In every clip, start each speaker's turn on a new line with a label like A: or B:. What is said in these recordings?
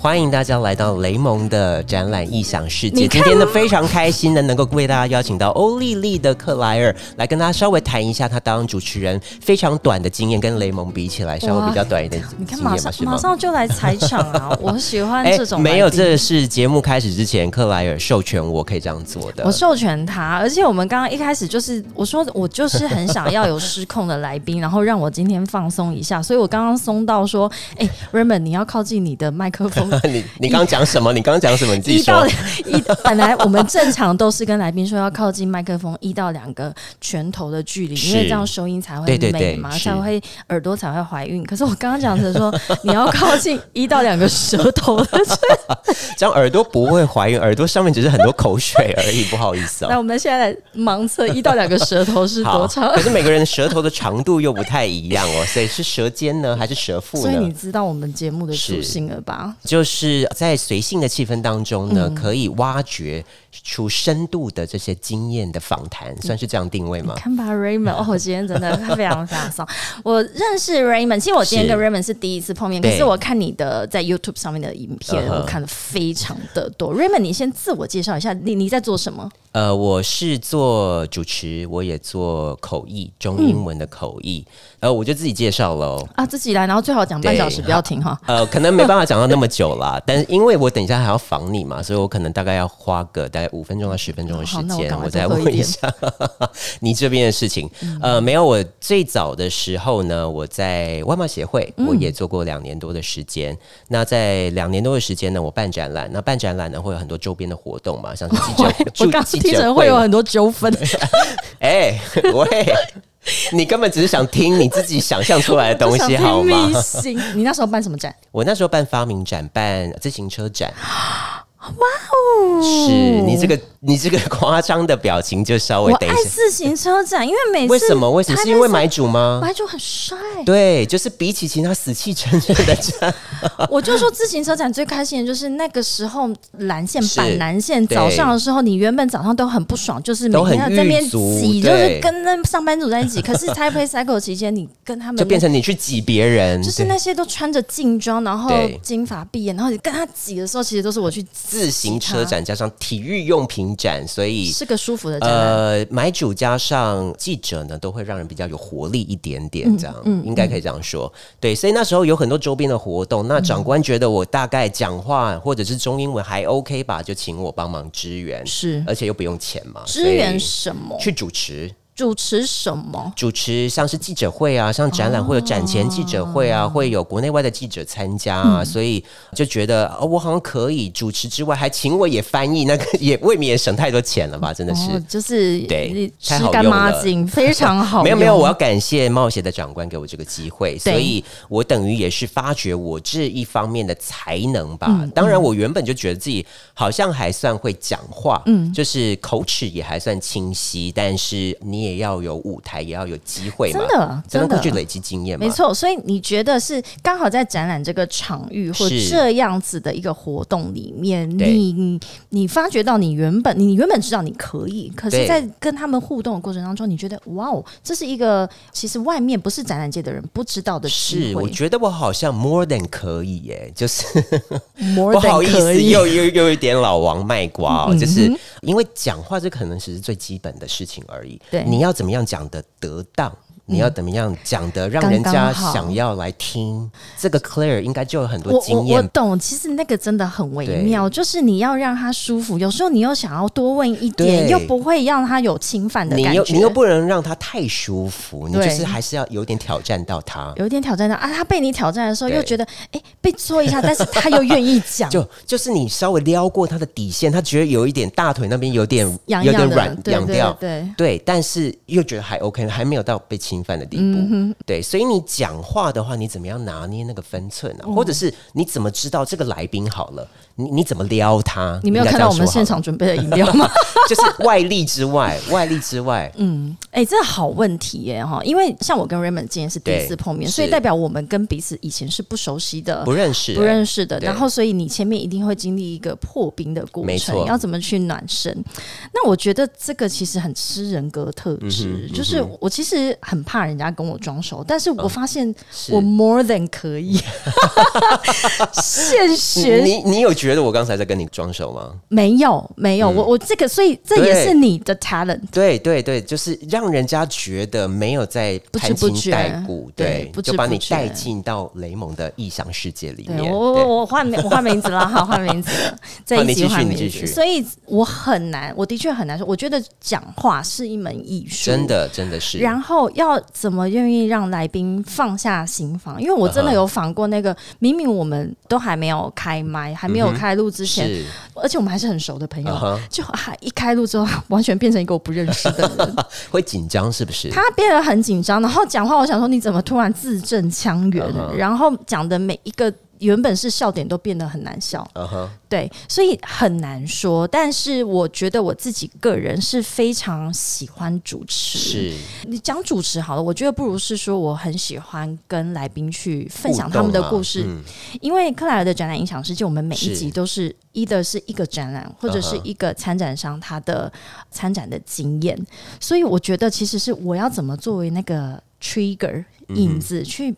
A: 欢迎大家来到雷蒙的展览异想世界。
B: 你
A: 今
B: 看
A: 天呢，非常开心的能够为大家邀请到欧丽丽的克莱尔来跟大家稍微谈一下她当主持人非常短的经验，跟雷蒙比起来稍微比较短一点的
B: 你看，
A: 经
B: 马
A: 验吧，
B: 上
A: 是吗
B: 马？上就来踩场啊！ 我喜欢
A: 哎
B: 这种、
A: 没有，这。是节目开始之前，克莱尔授权我可以这样做的
B: 我。授权他，而且我们刚刚一开始就是我说我就是很想要有失控的来宾，然后让我今天放松一下，所以我刚刚松 到说，哎、r a y m o n d 你要靠近你的麦克风
A: 你你刚讲什么？你刚讲什么？ 你自己
B: 一
A: 说
B: 到。 一，本来我们正常都是跟来宾说要靠近麦克风一到两个拳头的距离，因为
A: 是
B: 这样收音才会
A: 对对对
B: 美嘛，
A: 是
B: 才会耳朵才会怀孕。可是我刚刚讲的说，你要靠近一到两个舌头的距离。
A: 这样耳朵不会怀孕，耳朵上面只是很多口水而已，不好意思哦、
B: 那我们现在来盲测一到两个舌头是
A: 好，
B: 多长
A: 可。是每个人的舌头的长度又不太一样哦，所以是舌尖呢，还是舌腹
B: 所以你
A: 呢？
B: 知道我们节目的属性了吧？
A: 就是在随性的气氛当中呢，可以挖掘出深度的这些经验的访谈，算是这样定位吗？
B: 看吧，Raymond，哦，我 今天真的非常非常爽。 我认识 Raymond，其实我今天跟
A: 是
B: Raymond 是第一次碰面，可
A: 对
B: 是我看你的在 YouTube 上面的影片，
A: 嗯哼
B: 我看的非常的多。Raymond，你先自我介绍一下，你你在做什么？
A: 呃，我是做主持，我也做口译，中英文的口译。呃，我就自己介绍喽。
B: 啊，自己来，然后最好讲半
A: 对
B: 小时，不要停哈。
A: 呃，可能没办法讲到那么久啦， 但是因为我等一下还要访你嘛，所以我可能大概要花个大概五分钟到十分钟的时
B: 好那我
A: 间，
B: 赶快
A: 我再
B: 多喝一
A: 问一
B: 点嗯
A: 下 你这边的事情。呃，没有，我最早的时候呢，我在外贸协会，
B: 嗯
A: 我也做过两年多的时间。那在两年多的时间呢，我办展览，那办展览呢会有很多周边的活动嘛，像是记者
B: 我
A: 驻
B: 刚刚
A: 记
B: 听
A: 者
B: 成
A: 会
B: 会有很多纠 纷，
A: 哎、喂， 你根本只是想听你自己想象出来的东
B: 我
A: 西
B: 就
A: 好
B: 想听
A: 吗
B: 密？信你那时候办什么展？
A: 我那时候办发明展，办自行车 展。哇哦！是你这个你这个夸张的表情，就稍微
B: 我
A: 等一
B: 爱
A: 下。
B: 自行车展，因为每次
A: 为什么？为什么？
B: 台
A: 是
B: 北
A: 因为
B: 市
A: 买主吗？
B: 白就很帅。
A: 对，就是比起其他死气沉沉的站，
B: 我就说自行车展最开心的就是那个时候蓝线、
A: 是
B: 板蓝线，
A: 对
B: 早上的时候你原本早上都很不爽，就是每
A: 都很
B: 天要在那边
A: 狱卒
B: 挤，就
A: 对
B: 是跟那上班族 在一起。可是 Taipei Cycle 期间，你跟他们
A: 就变
B: 那。
A: 成你去挤别人，
B: 就是
A: 对
B: 那些都穿着劲装，然后
A: 对
B: 金发碧眼，然后你跟他挤的时候，其实都是我去
A: 自行车展加上体育用品展，所以
B: 是个舒服的展览。
A: 呃，买主加上记者呢，都会让人比较有活力一点点，
B: 嗯
A: 这样、应该可以这样说。对，所以那时候有很多周边的活动，
B: 嗯
A: 那长官觉得我大概讲话或者是中英文还 OK 吧，就请我帮忙支援，
B: 是
A: 而且又不用钱嘛，
B: 支
A: 所
B: 援什么
A: 以？去主持。
B: 主持什么？
A: 主持像是记者会啊，像展览会有展前记者会
B: 哦
A: 啊，会有国内外的记者参加
B: 嗯
A: 啊，所以就觉得哦，我好像可以主持之外，还请我也翻译，那个也未免也省太多钱了吧？真的是，
B: 哦，就是
A: 对
B: 吃
A: 太好
B: 干
A: 用
B: 抹
A: 了
B: 净，非常好 用。
A: 没有没有，我要感谢冒险的长官给我这个机会，所以我等于也是发掘我这一方面的才能吧。
B: 嗯
A: 当然，我原本就觉得自己好像还算会讲话，嗯，就是口齿也还算清晰，但是你也要有舞台，也要有机会嘛，
B: 真的
A: 才能够
B: 真的
A: 去累积经验嘛。
B: 没错，所以你觉得是刚好在展览这个场域或
A: 是
B: 这样子的一个活动里面，
A: 对
B: 你你你发觉到你原本你原本知道你可以，可
A: 对
B: 是，在跟他们互动的过程当中，你觉得哇哦，这是一个其实外面不是展览界的人不知道的机
A: 是，
B: 会
A: 我，觉得我好像 more than 可以耶，就是
B: more
A: 不好
B: than
A: 意
B: 可
A: 思，
B: 以。嗯
A: 又又又一点老王卖瓜哦，就是因为讲话这可能只是最基本的事情而已。
B: 对嗯
A: 你要怎么样讲的得当？你要怎么样讲的让人
B: 刚
A: 家
B: 刚好
A: 想要来听？这个 Claire 应该就有很
B: 我
A: 多
B: 我
A: 经
B: 我
A: 验。
B: 懂，其实那个真的很微妙，就是你要让他舒服，有时候你又想要多问一点，
A: 对
B: 又不会让他有侵犯的
A: 你
B: 感
A: 又
B: 觉，
A: 你又不能让他太舒服，你就
B: 对
A: 是还是要有点挑战到他。
B: 有一点挑战到啊，他被你挑战的时候，
A: 对
B: 又觉得哎、诶被戳一下，但是他又愿意讲，
A: 就就是你稍微撩过他的底线，他觉得有一点大腿那边有点
B: 痒
A: 有点
B: 痒的，
A: 软
B: 对
A: 痒
B: 对
A: 掉，
B: 对。
A: 对，但是又觉得还 OK，还没有到被侵犯的地步。
B: 嗯
A: 对，所以你讲话的话，你怎么样拿捏那个分寸
B: 嗯
A: 啊？或者是你怎么知道这个来宾好了？你你怎么撩他？
B: 你没有
A: 应该
B: 看
A: 这样
B: 到我们
A: 说好
B: 现
A: 了，
B: 场准备的饮料 吗？
A: 就是外力之外，外力之 外，
B: 哎、这好问题耶哈！因为像我跟 Raymond 今天是第一
A: 对
B: 次碰面，
A: 是
B: 所以代表我们跟彼此以前是不熟悉的、
A: 不认识、欸
B: 不认
A: 识。
B: 识的。
A: 对
B: 然后，所以你前面一定会经历一个破冰的过
A: 没
B: 程
A: 错，
B: 要怎么去暖
A: 嗯
B: 身？那我觉得这个其实很吃人格特质，就是我其实很怕人家跟我装熟，但是我发现
A: 哦是
B: 我 more than 可以，现学
A: 你你有觉得我刚才在跟你装熟吗？
B: 没有没
A: 嗯
B: 有，我我这个，所以这也是你的 talent。
A: 对对对，就是让人家觉得没有在
B: 不知
A: 攀
B: 不
A: 亲
B: 觉
A: 带故，
B: 对不知
A: 就把
B: 不
A: 你
B: 觉
A: 带进到雷蒙的异想世界里
B: 对
A: 面。
B: 我
A: 对
B: 我我换名我换名字 了，好换名字了，这
A: 好
B: 一
A: 你
B: 集
A: 继续
B: 换
A: 你
B: 名
A: 继
B: 字，
A: 续
B: 所以我很难，我的确很难说。我觉得讲话是一门艺术，
A: 真的真的是，
B: 然后要怎么愿意让来宾放下心房？因为我真
A: 嗯
B: 的有访过那个，明明我们都还没有开麦，还没有开录之
A: 嗯
B: 前，
A: 是
B: 而且我们还是很熟的朋友
A: 嗯哼
B: 就还一开录之后，完全变成一个我不认识 的人。
A: 会紧张是不是？
B: 他变得很紧张，然后讲话，我想说你怎么突然字正腔圆
A: 嗯哼
B: 然后讲的每一个原本是笑点都变得很难笑。
A: 嗯哼，
B: 对，所以很难说。但是我觉得我自己个人是非常喜欢主持，
A: 是
B: 你讲主持好了，我觉得不如是说我很喜欢跟来宾去分享他们的故事，
A: 互动啊
B: 因为克莱尔的展览影响世界，我们每一
A: 是
B: 集都是一的是一个展览或者是一个参展商他的参展的经验，所以我觉得其实是我要怎么作为那个 trigger 引子、去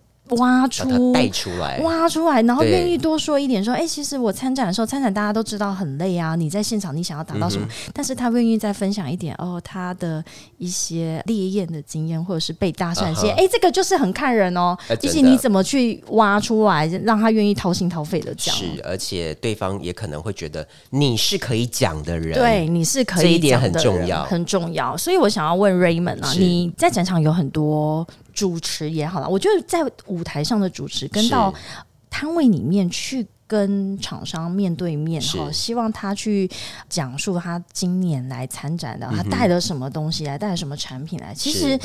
A: 嗯，把
B: 挖
A: 它
B: 出。
A: 带出来。
B: 挖出来，然后
A: 对
B: 愿意多说一点，说，哎、其实我参展的时候，参展大家都知道很累啊，你在现场你想要达到
A: 嗯
B: 什么，但是他愿意再分享一点哦，他的一些烈焰的经验，或者是被搭讪一些，
A: 啊哈
B: 哎、这个就是很看人哦
A: 哎，
B: 以及
A: 真的
B: 你怎么去挖出来，让他愿意掏心掏肺的讲，
A: 是，而且对方也可能会觉得你是可以讲的人，
B: 对，你是可以
A: 这一点
B: 讲
A: 很
B: 的
A: 重
B: 人
A: 要
B: 很重要。所以我想要问 Raymond 啊，
A: 是
B: 你在展场有很多主持也好啦，我觉得在舞台上的主持跟
A: 是
B: 到摊位里面去。跟厂商面对面
A: 是
B: 哈，希望他去讲述他今年来参展的，他带了什么东西来，带了什么产品来。其实，
A: 嗯是
B: 哎、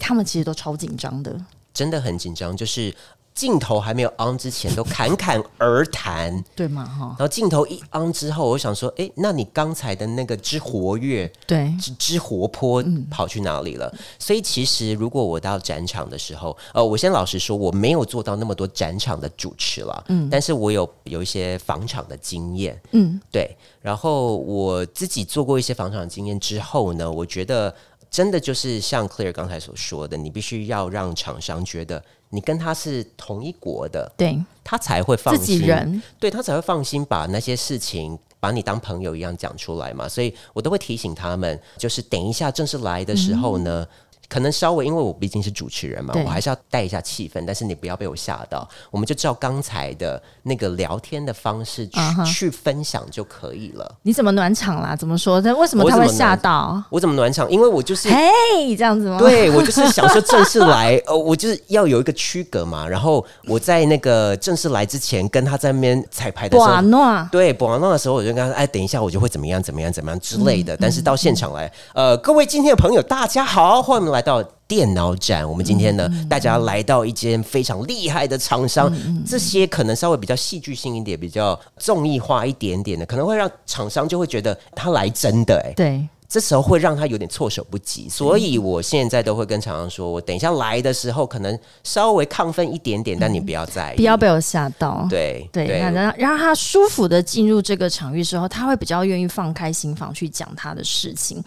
B: 他们其实都超紧张的，
A: 真的很紧张，就是镜头还没有 on 之前都侃侃而谈。
B: 对吗？哈
A: 然，后镜头一 on 之后，我想说，诶，那你刚才的那个之活跃、
B: 对，
A: 之之活泼
B: 嗯
A: 跑去哪里了？所以其实如果我到展场的时候，呃，我先老实说，我没有做到那么多展场的主持了，嗯，但是我有有一些访场的经验，
B: 嗯，
A: 对。然后我自己做过一些访场的经验之后呢，我觉得真的就是像 Clear 刚才所说的，你必须要让厂商觉得你跟他是同一国的，
B: 对
A: 他才会放
B: 自
A: 心，
B: 己人，
A: 对他才会放心把那些事情把你当朋友一样讲出来嘛。所以我都会提醒他们，就是等一下正式来的时候呢。可能稍微，因为我毕竟是主持人嘛，
B: 嗯对
A: 我还是要带一下气氛，但是你不要被我吓到，我们就照刚才的那个聊天的方式去、
B: 啊哈
A: 去分享就可以了。
B: 你怎么暖场啦？怎么说？但为什么
A: 我
B: 他
A: 怎
B: 会
A: 么
B: 吓
A: 暖
B: 到？
A: 我怎么暖场？因为我就是
B: 嘿，这样子吗？
A: 对我就是想说正式来，呃，我就是要有一个区隔嘛。然后我在那个正式来之前，跟他在那边彩排的时候
B: 哇，，诺，
A: 对，保弄的时候我就跟他说：“哎，等一下，我就会怎么样，怎么样，怎么样之类
B: 嗯
A: 的。但是到现场来，呃，各位今天的朋友，大家好，欢迎来到电脑展。我们今天呢，
B: 嗯
A: 大家来到一间非常厉害的厂商，
B: 嗯
A: 这些可能稍微比较戏剧性一点，比较综艺化一点点的，可能会让厂商就会觉得他来真的、哎，
B: 对，
A: 这时候会让他有点措手不及。所以
B: 嗯
A: 我现在都会跟厂商说，我等一下来的时候，可能稍微亢奋一点点，但你不要在意，
B: 不要被我吓到。
A: 对
B: 对，那让让他舒服的进入这个场域之后，他会比较愿意放开心房去讲他的事情。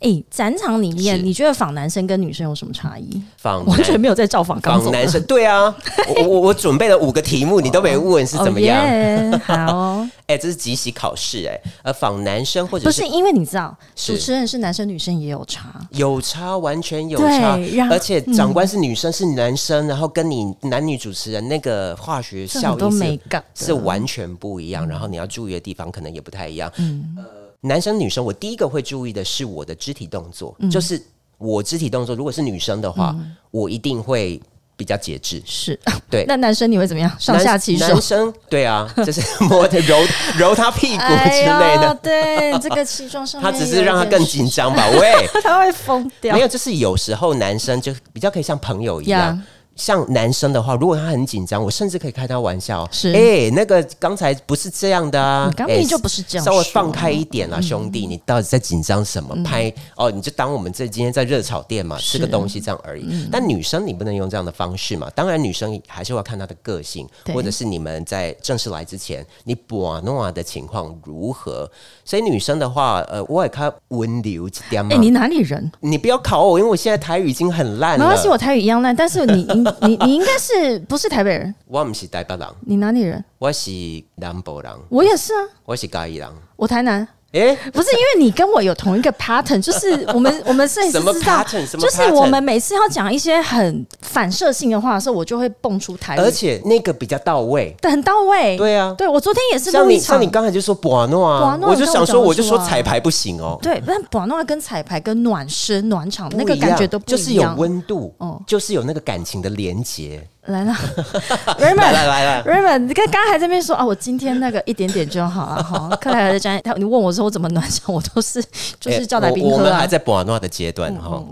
B: 诶，展场里面，
A: 是
B: 你觉得访男生跟女生有什么差异？
A: 放
B: 完
A: 男
B: 全没有在照访刚
A: 仿
B: 走的
A: 男生，对啊，我我我准备了五个题目，你都没问是怎么样？
B: 哦
A: 哎、
B: 耶好 哦，
A: 这是即席考试哎、呃，仿男生或者
B: 不
A: 是
B: 是因为你知道，
A: 是
B: 主持人是男生女生也有差，
A: 有差，完全有差
B: 对然，后嗯
A: 而且长官是女生、是男生，然后跟你男女主持人那个化学
B: 这
A: 效
B: 很多
A: 应
B: 美
A: 是
B: 感嗯
A: 是完全不一样，然后你要注意的地方可能也不太一样。呃，男生女生，我第一个会注意的是我的肢体动作，
B: 嗯
A: 就是我肢体动作，如果是女生的话，我一定会比较节制。
B: 是。
A: 对
B: 那男生你会怎么样？上
A: 男
B: 下其手
A: 男。生对啊，就是摸他揉 揉他屁股之类
B: 哎呦
A: 的，
B: 对，这个西装上
A: 他
B: 面
A: 只是让他
B: 有一点
A: 更紧张吧？喂，
B: 他会疯掉
A: 没。有，就是有时候男生就比较可以像朋友一样。
B: 呀
A: 像男生的话，如果他很紧张，我甚至可以开他玩笑，
B: 是
A: 哎、那个刚才不是这样的啊
B: 你，刚
A: 哎
B: 明明就不是这样
A: 稍微
B: 说嗯
A: 放开一点啦，兄弟，你到底在紧张什么？拍哦，你就当我们这今天在热炒店嘛，吃个东西这样而已。
B: 嗯
A: 但女生你不能用这样的方式嘛，当然女生还是要看她的个性，
B: 对
A: 或者是你们在正式来之前，你博诺的情况如何？所以女生的话，呃，我也看温流一点嘛。
B: 哎、你哪里人？
A: 你不要考我，因为我现在台语已经很烂
B: 没
A: 了。
B: 关系，我台语一样烂，但是你你你你应该是不是台北人？
A: 我不是台北人，
B: 你哪里人？
A: 我是南部人，
B: 我也是啊，
A: 我是嘉义人。
B: 我台南。
A: 诶、
B: 不是因为你跟我有同一个 pattern，就是我 们我们摄影师
A: 什么
B: 知道
A: pattern，什，么
B: 就是我们每次要讲一些很反射性的话的时候，我就会蹦出台语，
A: 而且那个比较到位。
B: 但很到位。
A: 对啊
B: 对我昨天也是
A: 像
B: 录一
A: 你
B: 场
A: 像你，刚才就说博诺啊
B: 博，诺
A: 我就想说，我就说
B: 我刚刚讲得出啊
A: 彩排不行哦，
B: 对，但广东话跟彩排跟暖身暖场那
A: 不
B: 个
A: 一样
B: 感觉都不
A: 就是
B: 一
A: 有
B: 样。
A: 温度
B: 哦，
A: 就是有那个感情的连结。
B: 来了
A: 来
B: ，Raymond。
A: 来来来，
B: Raymond，你刚刚还在那边说啊，我今天那个一点点就好了哈。克莱尔的讲，他你问我说我怎么暖场，我都是就是
A: 诶
B: 叫来宾
A: 我我
B: 喝
A: 们
B: 啊嗯
A: 还。在博诺的阶段哈，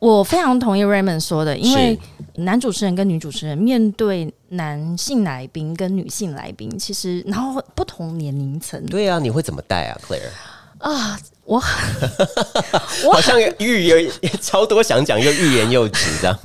B: 我非常同意 Raymond 说的，因为
A: 是
B: 男主持人跟女主持人面对男性来宾跟女性来宾，其实然后不同年龄层，
A: 对啊，你会怎么带啊，Claire？
B: 啊 我我
A: 好像欲言超多想讲，又欲言又止这样。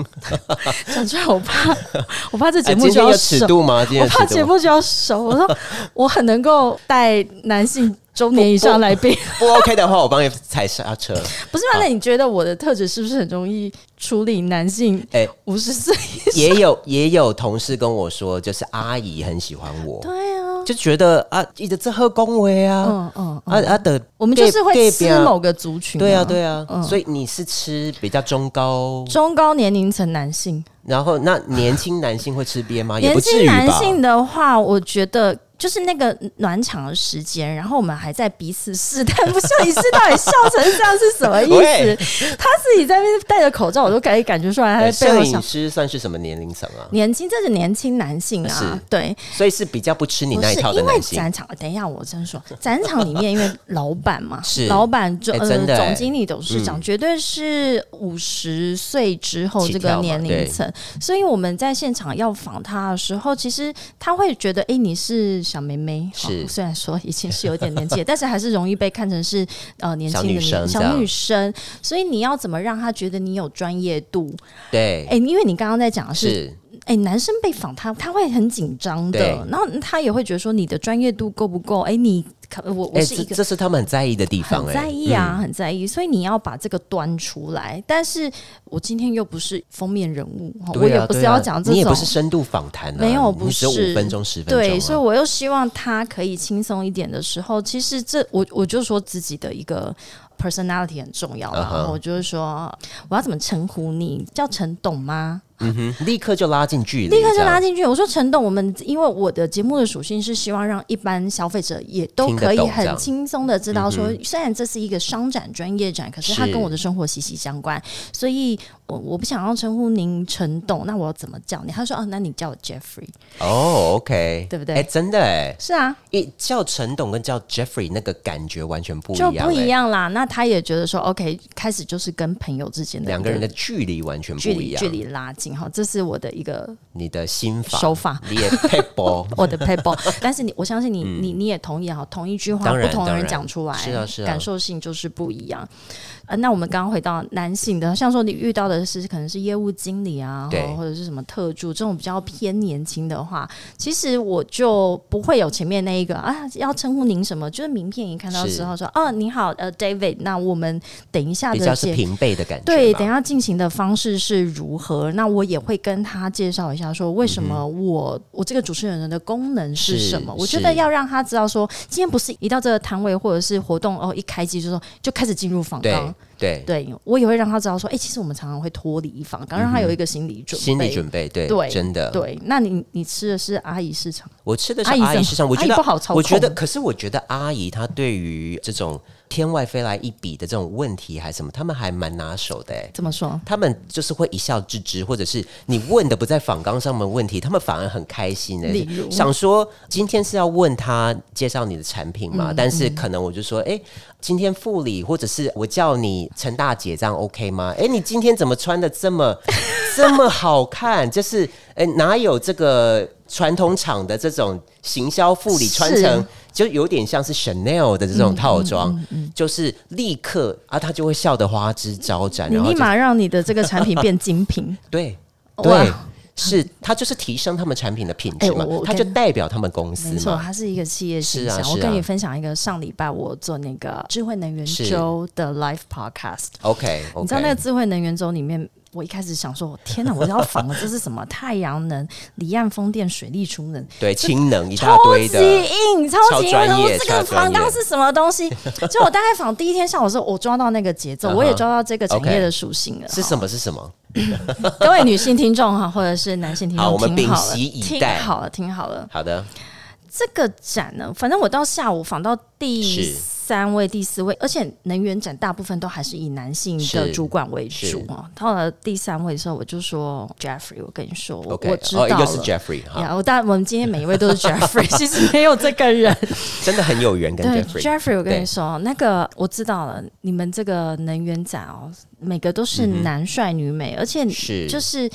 B: 讲出来我怕， 我怕这节
A: 哎
B: 目
A: 今
B: 就
A: 天
B: 要
A: 有尺
B: 熟，
A: 度吗？今天
B: 我
A: 有
B: 怕
A: 尺
B: 节
A: 度吗
B: 目就要熟。我说我很能够带男性中年以上 来宾，
A: 不 OK 的话，我帮你踩刹 车。
B: 不是吗？那你觉得我的特质是不是很容易处理男性
A: 哎，
B: 五十岁？
A: 也有也有同事跟我说，就是阿姨很喜欢我，
B: 对啊，
A: 就觉得啊，一直在喝恭维啊，
B: 嗯嗯，
A: 啊啊的，
B: 我们就是会
A: gay- gay
B: 吃
A: 饼
B: 某个族群、
A: 对啊，对啊，
B: 嗯
A: 所以你是吃比较中高，
B: 中高年龄层男性，
A: 然后那年轻男性会吃鳖吗？啊也
B: 年
A: 不至
B: 轻
A: 于
B: 男
A: 吧。
B: 性的话，我觉得就是那个暖场的时间，然后我们还在彼此试探，不像你是到底笑成这样是什么 意
A: 喂
B: 思？他自己在那边戴着口罩，我都可以感觉出来他
A: 呃
B: 在背
A: 摄
B: 后
A: 影
B: 想。
A: 师算是什么年龄层啊？
B: 年轻，这是年轻男性啊
A: 是，
B: 对，
A: 所以是比较不吃你
B: 不
A: 那
B: 是
A: 一套的
B: 因为
A: 男性。
B: 展场。呃等一下，我真说，展场里面因为老板嘛，
A: 是
B: 老板总
A: 哎
B: 呃
A: 真的哎
B: 总经理、董事长，绝对是五十岁之后
A: 起
B: 这
A: 跳
B: 个
A: 嘛
B: 年龄
A: 对
B: 层，所以我们在现场要访他的时候，其实他会觉得，哎，你是小妹妹，哦
A: 是
B: 虽然说已经是有 点年纪了，但是还是容易被看成是呃年轻
A: 小
B: 的
A: 女生这
B: 小
A: 样
B: 女生，所以你要怎么让他觉得你有专业度？
A: 对，
B: 哎，因为你刚刚在讲的是
A: 是
B: 哎、男生被访他，他会很紧张的
A: 对，
B: 然后他也会觉得说你的专业度够不够？哎、你可我我
A: 哎，
B: 是
A: 这
B: 一个
A: 这是他们很在意的地方，
B: 很
A: 哎，
B: 在意啊，很在意，所以你要把这个端出来。但是我今天又不是封面人物，哈
A: 对啊。
B: 哦我也不是
A: 对啊
B: 要讲这
A: 你也
B: 种
A: 不。是深度访谈啊，
B: 没有不
A: 你只有
B: 是
A: 五分钟十分钟啊。
B: 对，所以我又希望他可以轻松一点的时候，其实这我我就说自己的一个 personality 很重要啦。
A: 嗯哼
B: 我就是说，我要怎么称呼你？叫陈董吗？
A: 嗯哼，立刻就拉近距离，
B: 立刻就拉
A: 近，
B: 进去。我说陈董，我们因为我的节目的属性是希望让一般消费者也都可
A: 听得
B: 以
A: 懂这
B: 很
A: 样
B: 轻松的知道说，虽然这是一个商展专业展，可
A: 嗯
B: 是
A: 是
B: 它跟我的生活息息相关，所以我我不想要称呼您陈董，那我要怎么叫你？他说哦、那你叫我 Jeffrey，
A: 哦，OK，
B: 对不对
A: 哎，真的哎，
B: 是啊，
A: 一叫陈董跟叫 Jeffrey 那个感觉完全不一
B: 就
A: 样，
B: 不一
A: 哎，
B: 样啦。那他也觉得说 OK，开始就是跟朋友之间的
A: 两个人
B: 一
A: 的距离完全不
B: 距
A: 一
B: 离
A: 样，
B: 距离拉近哈，这是我的一个
A: 你的心法
B: 手法。
A: 你也配 播
B: 我的 paper，但是你，我相信你，你你也同意哈，同一句话，
A: 嗯当然
B: 不同的
A: 当
B: 人
A: 然
B: 讲出来，
A: 是啊是啊
B: 感受性就是不一样。呃，那我们刚刚回到男性的，像说你遇到的是可能是业务经理啊，
A: 对
B: 或者是什么特助这种比较偏年轻的话，其实我就不会有前面那一个啊，要称呼您什么，就是名片一看到之后说，哦，你好，呃，David，那我们等一下
A: 比较
B: 的
A: 是
B: 节
A: 平辈的感觉嘛。
B: 对，等一下进行的方式是如何？那我也会跟他介绍一下，说为什么我、我这个主持人的功能是
A: 是
B: 什么？我
A: 嗯是
B: 觉得要让他知道说，今天不是一到这个摊位或者是活动哦，一开机就说就开始进入访
A: 对
B: 纲。
A: 对
B: 对，我也会让他知道说，哎、其实我们常常会脱离访纲，让他有一个心理准
A: 嗯
B: 备。
A: 心理准备，对
B: 对
A: 真的。
B: 对，那你你吃的是阿姨市场，
A: 我吃的是
B: 阿姨
A: 阿
B: 怎
A: 姨
B: 么
A: 市场，我觉
B: 阿姨
A: 得
B: 不好操控
A: 我觉得，可是我觉得阿姨她对于这种天外飞来一笔的这种问题还是什么，他们还蛮拿手的、欸。
B: 怎么说？
A: 他们就是会一笑置之，或者是你问的不在访纲上面的问题，他们反而很开心的、
B: 例如
A: 想说今天是要问他介绍你的产品嘛，
B: 嗯
A: 但是可能我就说，哎、今天副理或者是我叫你陈大姐这样 OK 吗？哎、你今天怎么穿的这么 这么好看？就是哎、哪有这个传统厂的这种行销副理穿成
B: 是？嗯
A: 就有点像是 Chanel 的这种套装，就是立刻啊，他就会笑得花枝招展，
B: 你
A: 然后
B: 立
A: 就
B: 马让你的这个产品变精品，
A: 对对
B: 哇，
A: 是它就是提升他们产品的品
B: 哎
A: 质嘛
B: 我，我
A: 它就
B: 跟
A: 代表他们公
B: 没
A: 司
B: 错，
A: 嘛。
B: 它是一个企业形
A: 是啊
B: 象。
A: 是啊
B: 我跟你分享一个，上礼拜我做那个智慧能源
A: 是
B: 周的 live podcast，
A: OK，
B: 你知道那个智慧能源周里面，我一开始想说，我天哪，我要仿的这是什么？太阳能、离岸风电、水力储能，
A: 对氢能一 大
B: 超
A: 堆
B: 级
A: 的，
B: 硬，超级硬！
A: 超
B: 我
A: 专
B: 想
A: 业
B: 说这个
A: 超专
B: 仿
A: 业
B: 纲是什么 东西？就我大概仿第一天下午的时候，我抓到那个节奏
A: 嗯哼
B: 我也抓到这个产
A: OK
B: 业的属性了。
A: 是什么是什么？
B: 好？各位女性听众哈，或者是男性听
A: 好我
B: 众，
A: 们
B: 听好
A: 屏
B: 了，
A: 息以
B: 听
A: 待
B: 好了，听好了。
A: 好的，
B: 这个展呢，反正我到下午访到第
A: 是
B: 三位、第四位，而且能源展大部分都还是以男性的
A: 是
B: 主管为
A: 是
B: 主哦。到了第三位的时候，我就说 Jeffrey，我跟你说
A: OK，
B: 我知道
A: 哦，
B: 了。
A: 又是 Jeffrey 哈，
B: 呀，我当然，我们今天每一位都是 Jeffrey，其 实没有这个人。
A: 真的很有缘跟
B: 对
A: Jeffrey。
B: Jeffrey，我跟
A: 对
B: 你说，那个我知道了，你们这个能源展哦，每个都是男帅女美，而且
A: 嗯是
B: 就是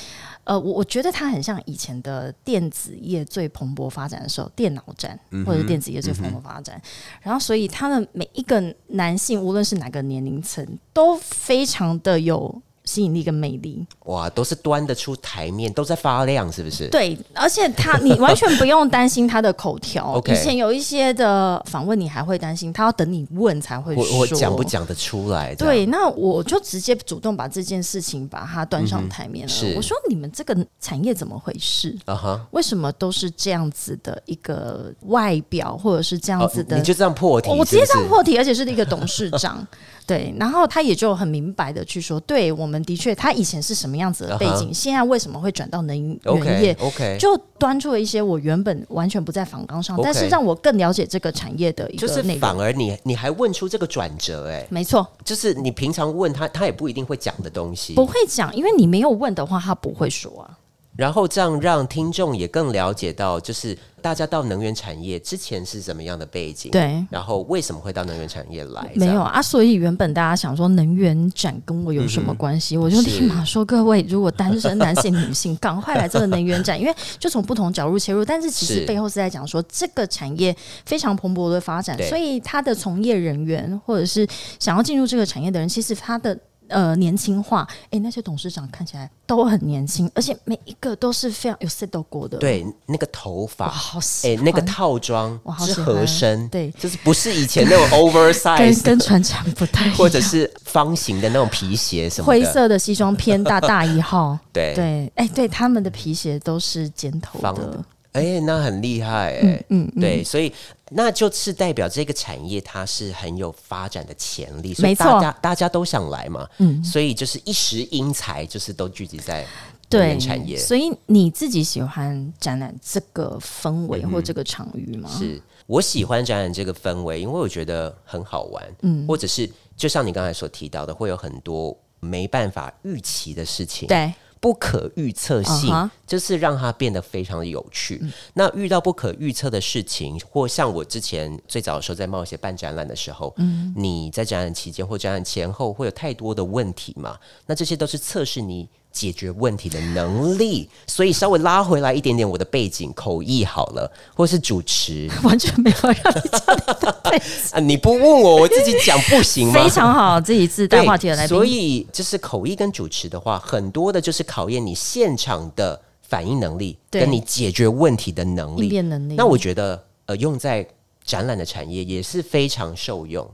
B: 呃，我我觉得它很像以前的电子业最蓬勃发展的时候，电脑展
A: 嗯
B: 或者电子业最蓬勃发展。然后，所以他们每一个男性，无论是哪个年龄层，都非常的有吸引力跟魅力。
A: 哇，都是端得出台面，都在发亮，是不是？
B: 对，而且他你完全不用担心他的口条。
A: OK
B: 以前有一些的访问，你还会担心他要等你问才会
A: 我
B: 说，
A: 我讲不讲得出来？这样，
B: 对，那我就直接主动把这件事情把它端上台面
A: 嗯
B: 了。
A: 是
B: 我说你们这个产业怎么回事？
A: 啊哈，
B: 为什么都是这样子的一个外表，或者是这样
A: 哦
B: 子的？
A: 你就这样破题，
B: 我直接这
A: 是不
B: 样
A: 是
B: 破题，而且是一个董事长， 对，然后他也就很明白的去说，对我们的确，他以前是什么样子的背景，现在为什么会转到能源业
A: 啊 OK OK，
B: 就端出了一些我原本完全不在访纲上
A: OK
B: 但是让我更了解这个产业的一
A: 就
B: 个
A: 是
B: 内容。
A: 反而你你还问出这个转折，哎，
B: 没错，
A: 就是你平常问他，他也不一定会讲的东西。
B: 不会讲，因为你没有问的话，他不会说啊。
A: 然后这样让听众也更了解到，就是大家到能源产业之前是怎么样的背景，，
B: 对，
A: 然后为什么会到能源产业来？
B: 没
A: 这
B: 有
A: 样，
B: 啊，所以原本大家想说能源展跟我有什
A: 嗯
B: 么关系，我就是立马说各位，如果单身男性、女性，赶快来这个能源展，因为就从不同角度切入，但是其
A: 是
B: 实背后是在讲说这个产业非常蓬勃的发展
A: 对，
B: 所以它的从业人员或者是想要进入这个产业的人，其实他的。呃，年轻化，诶，那些董事长看起来都很年轻，而且每一个都是非常有 settle 过的。，
A: 对，那个头
B: 哇，
A: 发，
B: 好喜
A: 哎，
B: 欢，
A: 那个套装
B: 我好
A: 是
B: 喜欢啊
A: 合身，
B: 对
A: 就是不是以前那 种 oversize
B: 跟跟船长不 太一样，
A: 或者是方形的那种皮鞋什么
B: 灰
A: 的，
B: 色的西装偏大大一号。
A: 对
B: 对，哎、对，他们的皮鞋都是尖头
A: 方
B: 的
A: 的，哎、那很厉害、哎、
B: 嗯
A: 对，所以那就是代表这个产业它是很有发展的潜力，所以
B: 没错
A: 大家大家都想来嘛，嗯，所以就是一时英才，就是都聚集在能
B: 对
A: 源产业。
B: 所以你自己喜欢展览这个氛围或这个场域吗？
A: 嗯是我喜欢展览这个氛围，因为我觉得很好玩，嗯，或者是就像你刚才所提到的，会有很多没办法预期的事情，
B: 对，
A: 不可预测性
B: 嗯哼嗯
A: 就是让它变得非常的有趣。那遇到不可预测的事情，或像我之前最早的时候在冒险办展览的时候，
B: 嗯
A: 你在展览期间或展览前后会有太多的问题嘛？那这些都是测试你。解决问题的能力， 所以稍微拉回来一点点我的背景口译好了，或是主持
B: 完全没有让 你讲的对，
A: 啊，你不问我，我自己讲不行吗？
B: 非常好，自己自带
A: 对，
B: 话题的来宾，
A: 所以就是口译跟主持的话，很多的就是考验你现场的反应能力，
B: 对
A: 跟你解决问题的能
B: 应
A: 力。
B: 变能力。
A: 那我觉得呃，用在展览的产业也是非常受用。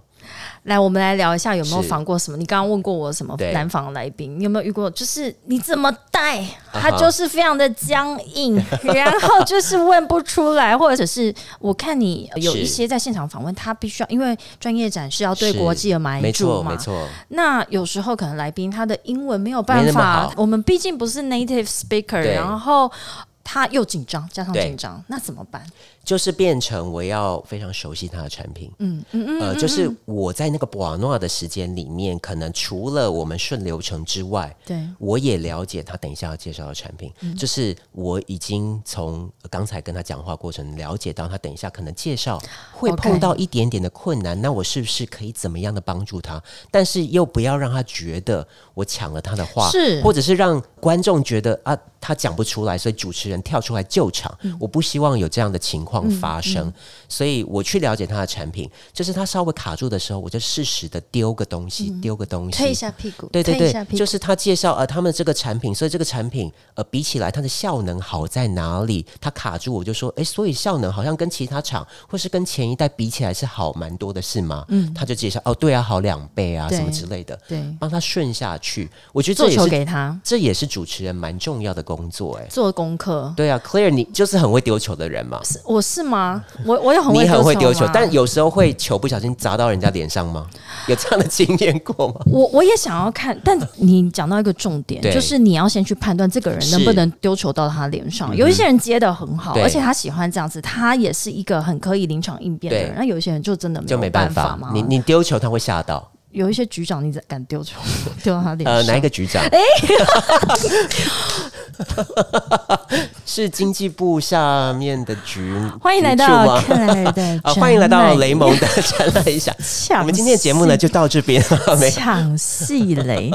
B: 来，我们来聊一下有没有
A: 是
B: 访过什么？你刚刚问过我什么
A: 对
B: 南访来宾，你有没有遇过？就是你怎么带，他
A: 啊哈
B: 就是非常的僵 硬，然后就是问不出来，或者是我看你有
A: 是
B: 一些在现场访问，他必须要因为专业展是要对
A: 是
B: 国际的买
A: 没
B: 主
A: 错，
B: 嘛
A: 没，错，
B: 那有时候可能来宾他的英文没有办
A: 没那么
B: 法
A: 好，
B: 我们毕竟不是 native speaker，
A: 对
B: 然后。他又紧张，加上紧张，那怎么办？
A: 就是变成我要非常熟悉它的产品，
B: 嗯嗯嗯，
A: 呃，就是我在那个布瓦诺的时间里面，可能除了我们顺流程之外，
B: 对，
A: 我也了解他等一下要介绍的产品，
B: 嗯
A: 就是我已经从刚才跟他讲话过程了解到他等一下可能介
B: 哦
A: 绍会
B: OK
A: 碰到一点点的困难，那我是不是可以怎么样的帮助他？但是又不要让他觉得我抢了他的话，
B: 是
A: 或者是让观众觉得啊他讲不出来，所以主持人跳出来救场，
B: 嗯
A: 我不希望有这样的情况发生，所以我去了解他的产品，就是他稍微卡住的时候，我就适时的丢个东西，丢、个东西，
B: 嗯推一下屁股，
A: 对对
B: 推一下
A: 对，
B: 屁股，
A: 就是他介绍呃他们这个产品，所以这个产品呃比起来它的效能好在哪里？他卡住我就说，哎，所以效能好像跟其他厂或是跟前一代比起来是好蛮多的，是吗？嗯，他就介绍哦，对啊，好两倍啊，
B: 对
A: 什么之类的，
B: 对，
A: 帮他顺下去。我觉得这
B: 做
A: 也
B: 球
A: 是
B: 给他，
A: 这也是主持人蛮重要的工作、哎，
B: 做功课。
A: 对啊，Claire，你就是很会丢球的人嘛。
B: 是我是吗？我我也很
A: 你很会
B: 会啊
A: 丢球
B: 吗，
A: 但有时候会球不小心砸到人家脸上吗？有这样的经验过吗？
B: 我我也想要看，但你讲到一个重点，
A: 对
B: 就是你要先去判断这个人能不
A: 是嗯
B: 能丢球到他脸上。有一些人接的很好，
A: 对
B: 而且他喜欢这样子，他也是一个很可以临场应变的人
A: 对。
B: 那有一些人就真的
A: 就
B: 没
A: 没
B: 有办
A: 办
B: 法
A: 法
B: 嘛。，
A: 你你丢球他会吓到。
B: 有一些局长，你敢丢球丢到他脸上？
A: 呃，哪一个局长？
B: 哎
A: 是经济部下面的局。
B: 欢迎来
A: 局处
B: 到
A: 吗
B: 克莱尔的
A: 啊，欢迎来到
B: 展
A: 雷蒙的展览 一下。
B: 览。
A: 我们今天的节目呢就到这边了， 没
B: 抢戏 雷。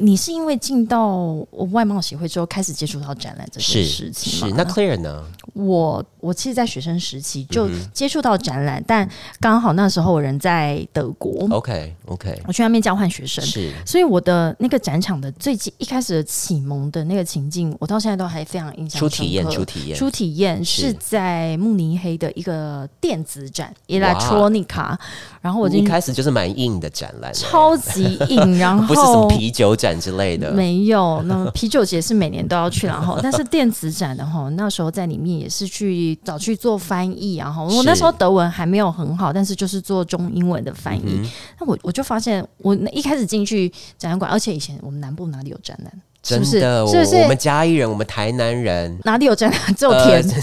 B: 你是因为进到外贸协会之后开始接触到展览这件
A: 是
B: 事情
A: 是
B: 吗？。
A: 那 Claire 呢？
B: 我我其实，在学生时期就
A: 嗯
B: 接触到展览，但刚好那时候我人在德国，
A: OK OK，
B: 我去那边交换学生，
A: 哦是
B: 所以我的那个展场的最近一开始的启蒙的那个情境，我到现在都还非常印象
A: 初
B: 深刻。
A: 体验，初体验。
B: 初体验
A: 是
B: 是在慕尼黑的一个电子展
A: 哇
B: （Electronica），然后我
A: 你
B: 进
A: 一
B: 去
A: 开始就是蛮硬的展览，欸
B: 超级硬，然 后
A: 不是什么啤酒展之类的。
B: 没有，那么啤酒节是每年都要去，然后但是电子展的哈，那时候在里面也是去找去做翻译，然后我
A: 是
B: 那时候德文还没有很好，但是就是做中英文的翻译。
A: 嗯
B: 那我我就发现，我那一开始进去展览馆，而且以前我们南部哪里有展览，是
A: 真
B: 不是？
A: 的，
B: 是不
A: 我我们
B: 是？
A: 嘉义人，我们台南人，
B: 哪里有展览？只有
A: 呃
B: 田。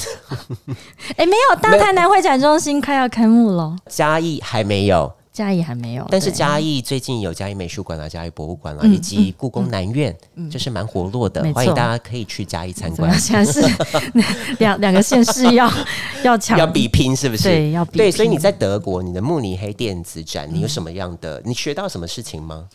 B: 哎、没有，大台南会展中心快要开幕了，
A: 嘉义还没有，
B: 嘉义还没有。
A: 但是
B: 对
A: 嘉义最近有嘉义美术馆啦、啊嘉义博物馆啦，
B: 嗯
A: 以及故宫南院，就是蛮活络的
B: 没，错嗯
A: 欢迎大家可以去嘉义参
B: 怎么
A: 观
B: 样， 现在是两两个县市要要抢，
A: 要比拼是不是？
B: 对要比
A: 对，所以你
B: 拼嗯
A: 在德国，你的慕尼黑电子展，你有什么样的？你学到什么事情吗？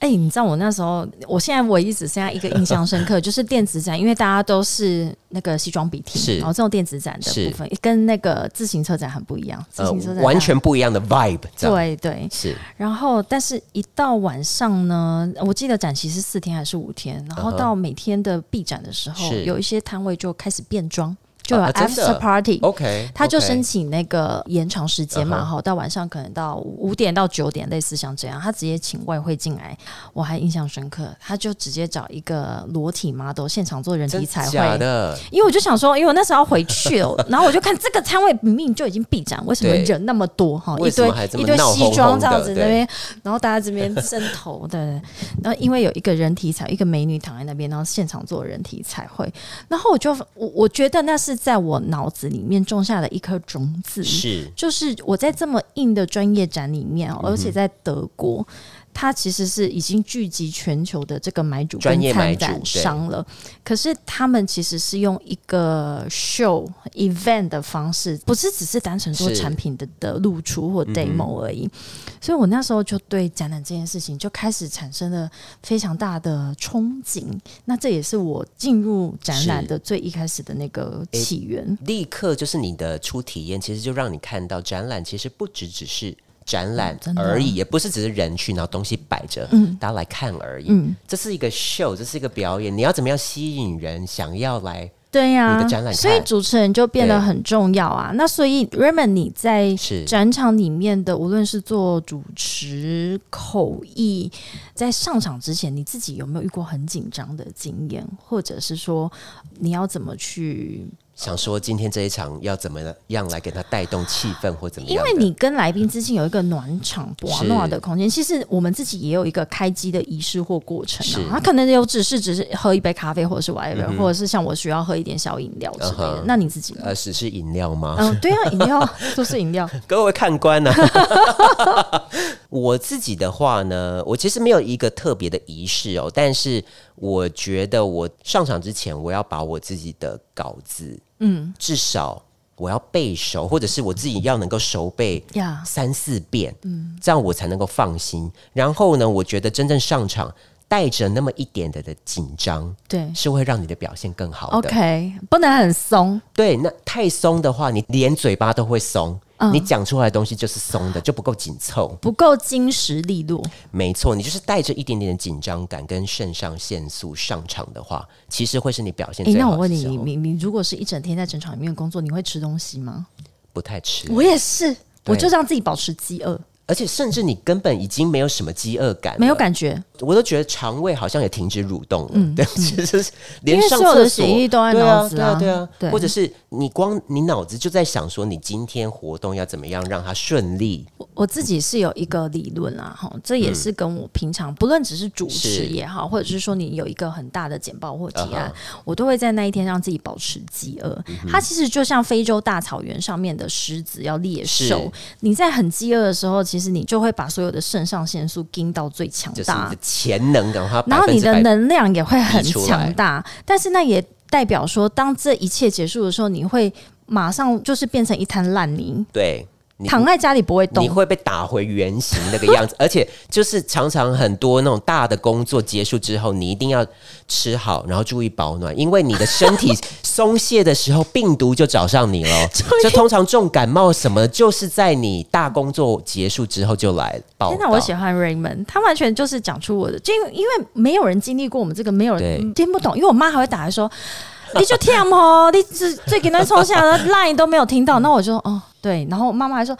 B: 哎、你知道我那时候，我现在我一直剩下一个印 象深刻，就是电子展，因为大家都是那个西装笔挺，
A: 是
B: 然后这种电子展的
A: 是
B: 部分跟那个自行车展很不一样，自行车展、
A: 呃完全不一样的 vibe，这样
B: 对对。
A: 是
B: 然后，但是一到晚上呢，我记得展期是四天还是五天，然后
A: 嗯哼
B: 到每天的闭展的时候，
A: 是
B: 有一些摊位就开始变装，就有
A: 啊真的
B: after party，、
A: OK，
B: 他就
A: OK
B: 申请那个延长时间嘛，
A: 嗯哼
B: 哈、到晚上可能到五点到九点，类似像这样，他直接请外汇进来，我还印象深刻，他就直接找一个裸体 model 现场做人体
A: 真
B: 彩
A: 假
B: 绘。
A: 的，
B: 因为我就想说，因为我那时候要回去 了，然后我就看这个摊位明明就已经闭展，为什么
A: 对
B: 人那么多哈？
A: 为
B: 一
A: 什
B: 堆
A: 么还这么
B: 一堆
A: 闹
B: 西装
A: 哄哄
B: 这样子
A: 的
B: 那边，然后大家这边伸头对，对然后因为有一个人体彩，一个美女躺在那边，然后现场做人体彩绘，然后我就我我觉得那是在我脑子里面种下的一颗种子，
A: 是
B: 就是我在这么硬的专业展里面哦，
A: 嗯
B: 而且在德国，它其实是已经聚集全球的这个买主
A: 专
B: 跟
A: 业买
B: 参
A: 主
B: 展商了。可是他们其实是用一个 show event 的方式，不是只是单纯做
A: 是嗯
B: 产品的的露出或 demo 而已。所以我那时候就对展览这件事情就开始产生了非常大的憧憬。那这也是我进入展览
A: 是
B: 的最一开始的那个
A: 诶
B: 起源。
A: 立刻就是你的初体验，其实就让你看到展览其实不只只是。展览
B: 嗯真的
A: 而已，也不是只是人去，然后东西摆着，大家来看而已。
B: 嗯
A: 这是一个秀，这是一个表演，你要怎么样吸引人想要来？
B: 对呀、
A: 你的展览看
B: 所以主持人就变得
A: 对
B: 很重要啊。那所以 Raymond，你在
A: 是
B: 展场里面的，无论是做主持、口译，在上场之前，你自己有没有遇过很紧张的经验，或者是说你要怎么去
A: 想说今天这一场要怎么样来给他带动气氛或怎么
B: 因
A: 样的？
B: 为你跟来宾之间有一个暖场、暖暖的空间，其实我们自己也有一个开机的仪式或过程
A: 是
B: 啊。他可能有只是只是喝一杯咖啡，或者是 whatever，、或者是像我需要喝一点小饮料之类
A: 嗯
B: 的。
A: 哼
B: 那你自己呢？
A: 呃，只是饮料吗？
B: 嗯、对 啊，饮料都是饮料。
A: 各位看官呢、啊， 我自己的话呢，我其实没有一个特别的仪式哦，但是我觉得我上场之前，我要把我自己的稿子，嗯，至少我要背熟，或者是我自己要能够熟背
B: 呀
A: 三四遍，嗯，这样我才能够放心。然后呢，我觉得真正上场带着那么一点点的紧张，
B: 对
A: 是会让你的表现更好的。
B: ，OK，不能很松。
A: 对，那太松的话，你连嘴巴都会松，
B: 嗯
A: 你讲出来的东西就是松的，就不够紧凑。
B: 不够精实利落，
A: 没错，你就是带着一点点的紧张感跟肾上腺素上场的话，其实会是你表现
B: 诶，
A: 最
B: 那
A: 好
B: 我问
A: 的
B: 你，
A: 时
B: 你
A: 候。
B: 你你如果是一整天在整场里面工作，你会吃东西吗？
A: 不太吃，
B: 我也是，我就让自己保持饥饿，
A: 而且甚至你根本已经没有什么饥饿感，
B: 没有，感觉，
A: 我都觉得肠胃好像也停止蠕动了。对，其实是
B: 嗯因
A: 连
B: 为
A: 上
B: 所有的
A: 厕所
B: 血。液都在
A: 对
B: 脑
A: 啊，
B: 子
A: 对啊，对啊，
B: 对，
A: 或者是你光你脑子就在想说，你今天活动要怎么样让它顺利，
B: 我我自己是有一个理论啦，哈，这也是跟我平常不论只是主持
A: 嗯是
B: 也好，或者是说你有一个很大的简报或提案
A: 啊哈嗯
B: 我都会在那一天让自己保持饥饿。它其实就像非洲大草原上面的狮子要猎兽
A: 是，
B: 你在很饥饿的时候，其实你就会把所有的肾上腺素盯到最强
A: 就是
B: 大，
A: 你的潜能，然后它
B: 然
A: 百
B: 后
A: 分
B: 你
A: 之
B: 的
A: 百
B: 能量也会很
A: 逼出来
B: 强大，但是那也代表说，当这一切结束的时候，你会马上就是变成一滩烂泥，
A: 对，你
B: 躺在家里不会动
A: 你。会被打回原形那个样子， 而且就是常常很多那种大的工作结束之后，你一定要吃好，然后注意保暖，因为你的身体松懈的时候，病毒就找上 你了。就通常重感冒什么，就是在你大工作结束之后就来报
B: 天
A: 道。
B: 我喜欢 Raymond，他完全就是讲出我的，就因为因为没有人经历过我们这个，没有人
A: 对
B: 嗯听不懂，因为我妈还会打来说。你就跳哦，你最最简单冲下来 line 都没有听到，那我就说哦对，然后我妈妈还说，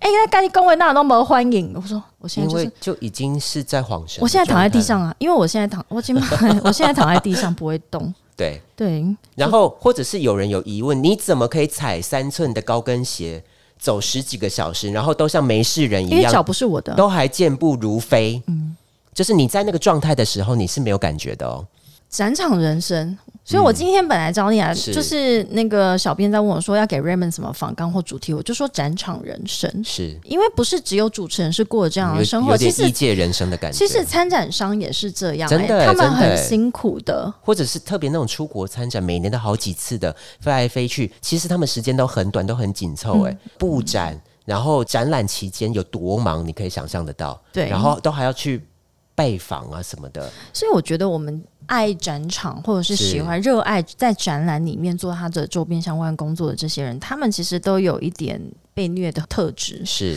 B: 哎、那赶紧恭维那都没欢迎，我说我现在
A: 因
B: 就是
A: 为就已经是在晃神，
B: 我现在躺在地，上啊，因为我现在躺，我已经 我现在躺在地上不会动。
A: 对。
B: 对，
A: 然后或者是有人有疑问，你怎么可以踩三寸的高跟鞋走十几个小时，然后都像没事人
B: 因
A: 一
B: 为
A: 样
B: 脚不是我的，
A: 都还健步如飞。嗯，就是你在那个状态的时候，你是没有感觉的哦。
B: 展场人生。所以我今天本来找你来，
A: 嗯是
B: 就是那个小编在问我说要给 Raymond 什么访纲或主题，我就说展场人生，
A: 是
B: 因为不是只有主持人是过这
A: 嗯
B: 样
A: 有
B: 的啊生活，
A: 有
B: 其
A: 点
B: 实
A: 异界人生的感觉。
B: 其实参展商也是这样、
A: 真的
B: 欸
A: 欸
B: 他们
A: 真的
B: 很
A: 欸
B: 辛苦的。
A: 或者是特别那种出国参展，每年都好几次的飞来飞去，其实他们时间都很短，都很紧
B: 嗯
A: 凑。哎，布展，然后展览期间有多忙，你可以想象得到。
B: 对
A: 然后都还要去拜访啊什么的。
B: 所以我觉得我们爱展场，或者是
A: 是
B: 喜欢、热爱在展览里面做他的周边相关工作的这些人，他们其实都有一点被虐的特质，
A: 是，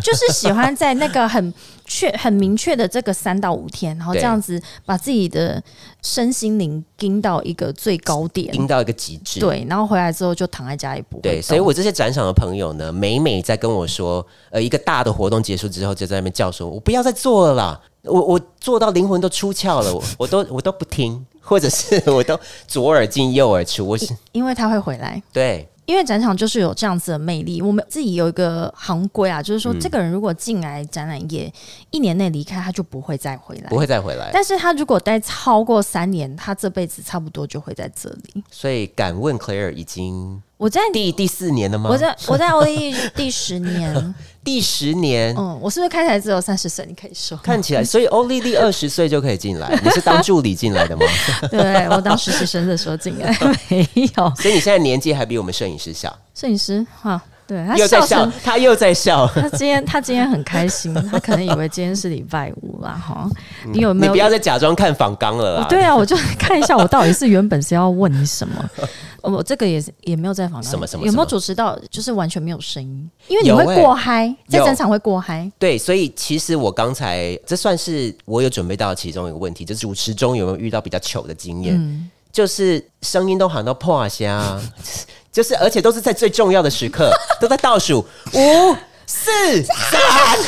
B: 就是喜欢在那个很确、 很明确的这个三到五天，然后这
A: 对
B: 样子把自己的身心灵盯到一个最高点，
A: 盯到一个极致。
B: 对，然后回来之后就躺在家里不会
A: 对，
B: 动
A: 所以我这些展场的朋友呢，每每在跟我说，呃，一个大的活动结束之后，就在那边叫说，我不要再做了啦，我我做到灵魂都出窍了，我我都我都不听， 或者是我都左耳进右耳出，我是
B: 因为他会回来。
A: 对
B: 因为展场就是有这样子的魅力，我们自己有一个行规啊，就是说这个人如果进来展览业、一年内离开，他就不会再回来
A: 不。会再回来。
B: 但是他如果待超过三年，他这辈子差不多就会在这里。
A: 所以敢问 Claire 已经
B: 我在
A: 第第四年了吗？
B: 我 在我在 O E 第十 年，
A: 第十年。
B: 嗯，我是不是看起来只有三十岁？你可以说，
A: 看起来，所以欧丽丽二十岁就可以进 来。你是当助理进来的吗？
B: 对我当实习生的时候进来 没有
A: 所以你现在年纪还比我们摄影师小，
B: 摄影师啊，对他
A: 又在
B: 笑
A: 笑
B: 成，
A: 他又在笑。
B: 他今天他今天很开心，他可能以为今天是礼拜五啦哈。你有没
A: 你
B: 有
A: 不要再假装看仿纲了啦。
B: 对啊，我就 看一下我到底是原本是要问你什么。 呃我这个也是也没有在访谈，
A: 什么什么
B: 有没有
A: 什么
B: 主持到就是完全没有声音，因为你
A: 有
B: 会
A: 欸
B: 过嗨、在
A: 有
B: 整场会过嗨。
A: 对，所以其实我刚才这算是我有准备到其中一个问题，就是主持中有没有遇到比较糗的经验？就是声音都喊到破虾啊，就是而且都是在最重要的时刻，都在倒数五、四、三，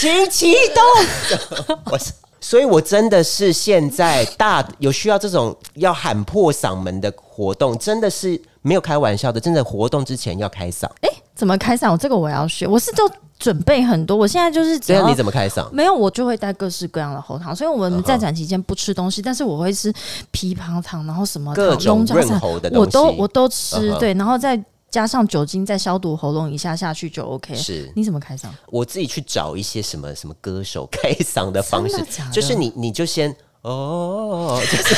A: 请启动。我 所以我真的是现在大有需要这种要喊破嗓门的活动，真的是没有开玩笑的，真的活动之前要开嗓。
B: 哎、怎么开嗓？我这个我要学，我是都准备很多，我现在就是只
A: 这样
B: 要
A: 啊你。怎么嗯开嗓？
B: 没有，我就会带各式各样的喉糖，所以我们在展期间不吃东西，但是我会吃枇杷糖，然后什么
A: 各
B: 糖、
A: 种
B: 龙角
A: 润
B: 散，
A: 喉的东西，
B: 我都我都吃
A: 嗯哼
B: 对，然后再加上酒精，再消毒喉咙一下下去就 OK。
A: 是
B: 你怎么开嗓？
A: 我自己去找一些什么什么歌手开嗓的方式
B: 真的假的，
A: 就是你你就先哦， 就是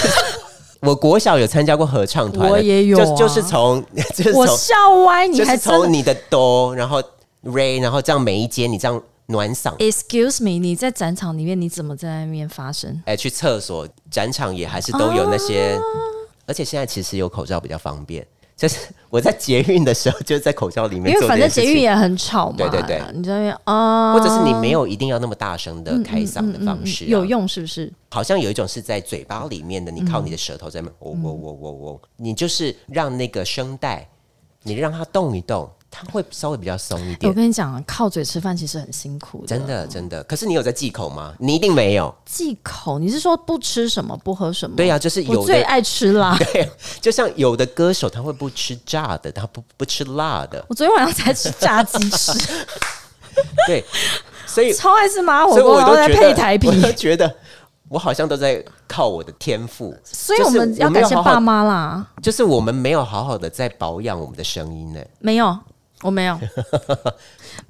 A: 我国小有参加过合唱团的，
B: 我也有啊
A: 就就是从 就是
B: 我
A: 从
B: 笑歪，你
A: 就
B: 还
A: 是
B: 真的
A: 从你的哆，然后 re，然后这样每一阶你这样暖嗓。
B: Excuse me，你在展场里面你怎么在那边发声？
A: 哎、去厕所、展场也还是都有那些，
B: 啊
A: 而且现在其实有口罩比较方便。就是 我在捷运的时候，就是在口罩里面
B: 因
A: 做
B: 为
A: 这
B: 反
A: 件
B: 正
A: 事情，
B: 捷运也很吵嘛，
A: 对对对
B: 你在那边啊，
A: 或者是你没有一定要那么大声
B: 嗯
A: 的开嗓的方式、啊
B: 有用是不是？
A: 好像有一种是在嘴巴里面的，你靠你的舌头在那边，
B: 嗯
A: 喔喔喔喔喔，你就是让那个声带，你让它动一动，它会稍微比较松一
B: 我
A: 点。
B: 跟你讲，啊靠嘴吃饭其实很辛苦
A: 真的真的，可是你有在忌口吗？你一定没有。
B: 忌口，你是说不吃什么，不喝什么？
A: 对呀、就是
B: 我
A: 有
B: 最
A: 的，
B: 爱吃辣。
A: 就像有的歌手他会不吃炸的，他不不吃辣的，
B: 我昨天晚上才吃炸鸡翅，
A: 对，所 以
B: 超爱吃麻辣火
A: 所以
B: 锅，
A: 我
B: 然后
A: 都
B: 再
A: 觉
B: 配
A: 得，
B: 台啤
A: 我。都觉得我好像都在靠我的天赋，
B: 所以
A: 就
B: 我
A: 是
B: 们要
A: 我没
B: 感
A: 有
B: 谢
A: 好好
B: 爸妈啦。
A: 就是我们没有好好的在保养我们的声音呢。
B: 没有，我 没有。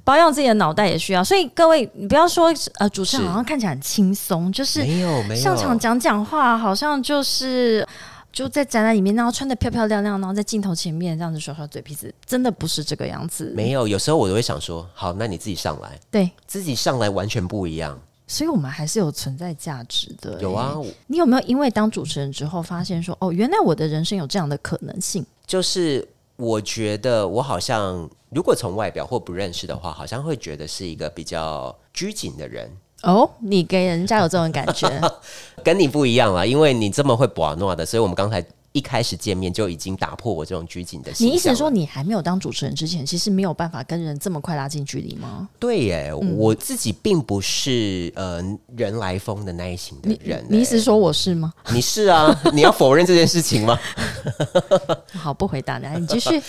B: 保养自己的脑袋也需要，所以各位，你不要说呃，主持人
A: 是
B: 好像看起来很轻松，就是
A: 没有没有
B: 上场讲讲话，好像就是就在展览里面，然后穿的漂漂亮亮，然后在镜头前面这样子耍耍嘴皮子，真的不是这个样子。
A: 没有，有时候我都会想说，好，那你自己上来，
B: 对，
A: 自己上来完全不一样。
B: 所以我们还是有存在价值的、
A: 有啊，，我
B: 你有没有因为当主持人之后发现说，哦，原来我的人生有这样的可 能性？
A: 就是我觉得我好像，如果从外表或不认识的话，好像会觉得是一个比较拘谨的人，
B: 哦，你给人家有这种感觉，
A: 跟你不一样啊啦，因为你这么会把诺的，所以我们刚才。一开始见面就已经打破我这种拘谨的形
B: 你
A: 象了。
B: 意思说你还没有当主持人之前，其实没有办法跟人这么快拉近距离吗？
A: 对耶？
B: 嗯
A: 我自己并不是呃人来疯的那一型的人耶。欸
B: 你意思说我是吗？
A: 你是啊？你要否认这件事情吗？
B: 好，不回答你，来你继续。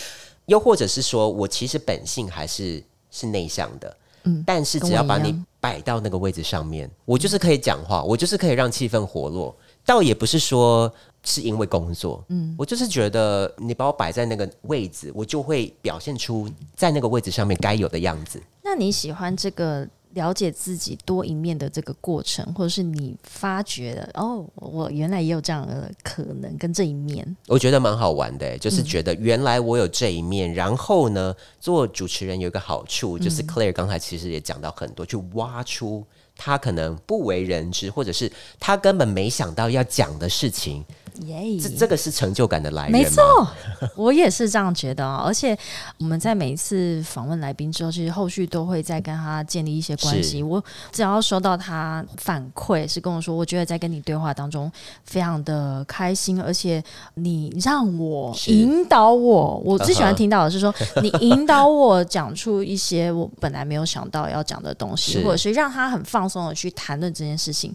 A: 又或者是说我其实本性还是是内向的，嗯，但是只要把
B: 跟我一
A: 你
B: 样
A: 摆到那个位置上面，我就是可以讲话，我就是可以让气氛活络，倒也不是说是因为工作，嗯，我就是觉得你把我摆在那个位置，我就会表现出在那个位置上面该有的样子。
B: 那你喜欢这个了解自己多一面的这个过程，或者是你发觉了哦，我原来也有这样的可能跟这一面，
A: 我觉得蛮好玩的、欸
B: 嗯
A: 就是觉得原来我有这一面。然后呢，做主持人有一个好处，
B: 嗯
A: 就是 Claire 刚才其实也讲到很多，去挖出他可能不为人知，或者是他根本没想到要讲的事情。
B: 耶、
A: 这这个是成就感的来源吗？
B: 没错，我也是这样觉得哦。而 且我们在每一次访问来宾之后，其实后续都会再跟他建立一些关系。
A: 是
B: 我只要收到他反馈，是跟我说，我觉得在跟你对话当中非常的开心，而且你让我
A: 是
B: 引导我，我最喜欢
A: 嗯哼
B: 听到的是说，你引导我讲出一些我本来没有想到要讲的东西，
A: 是
B: 或者是让他很放松的去谈论这件事情。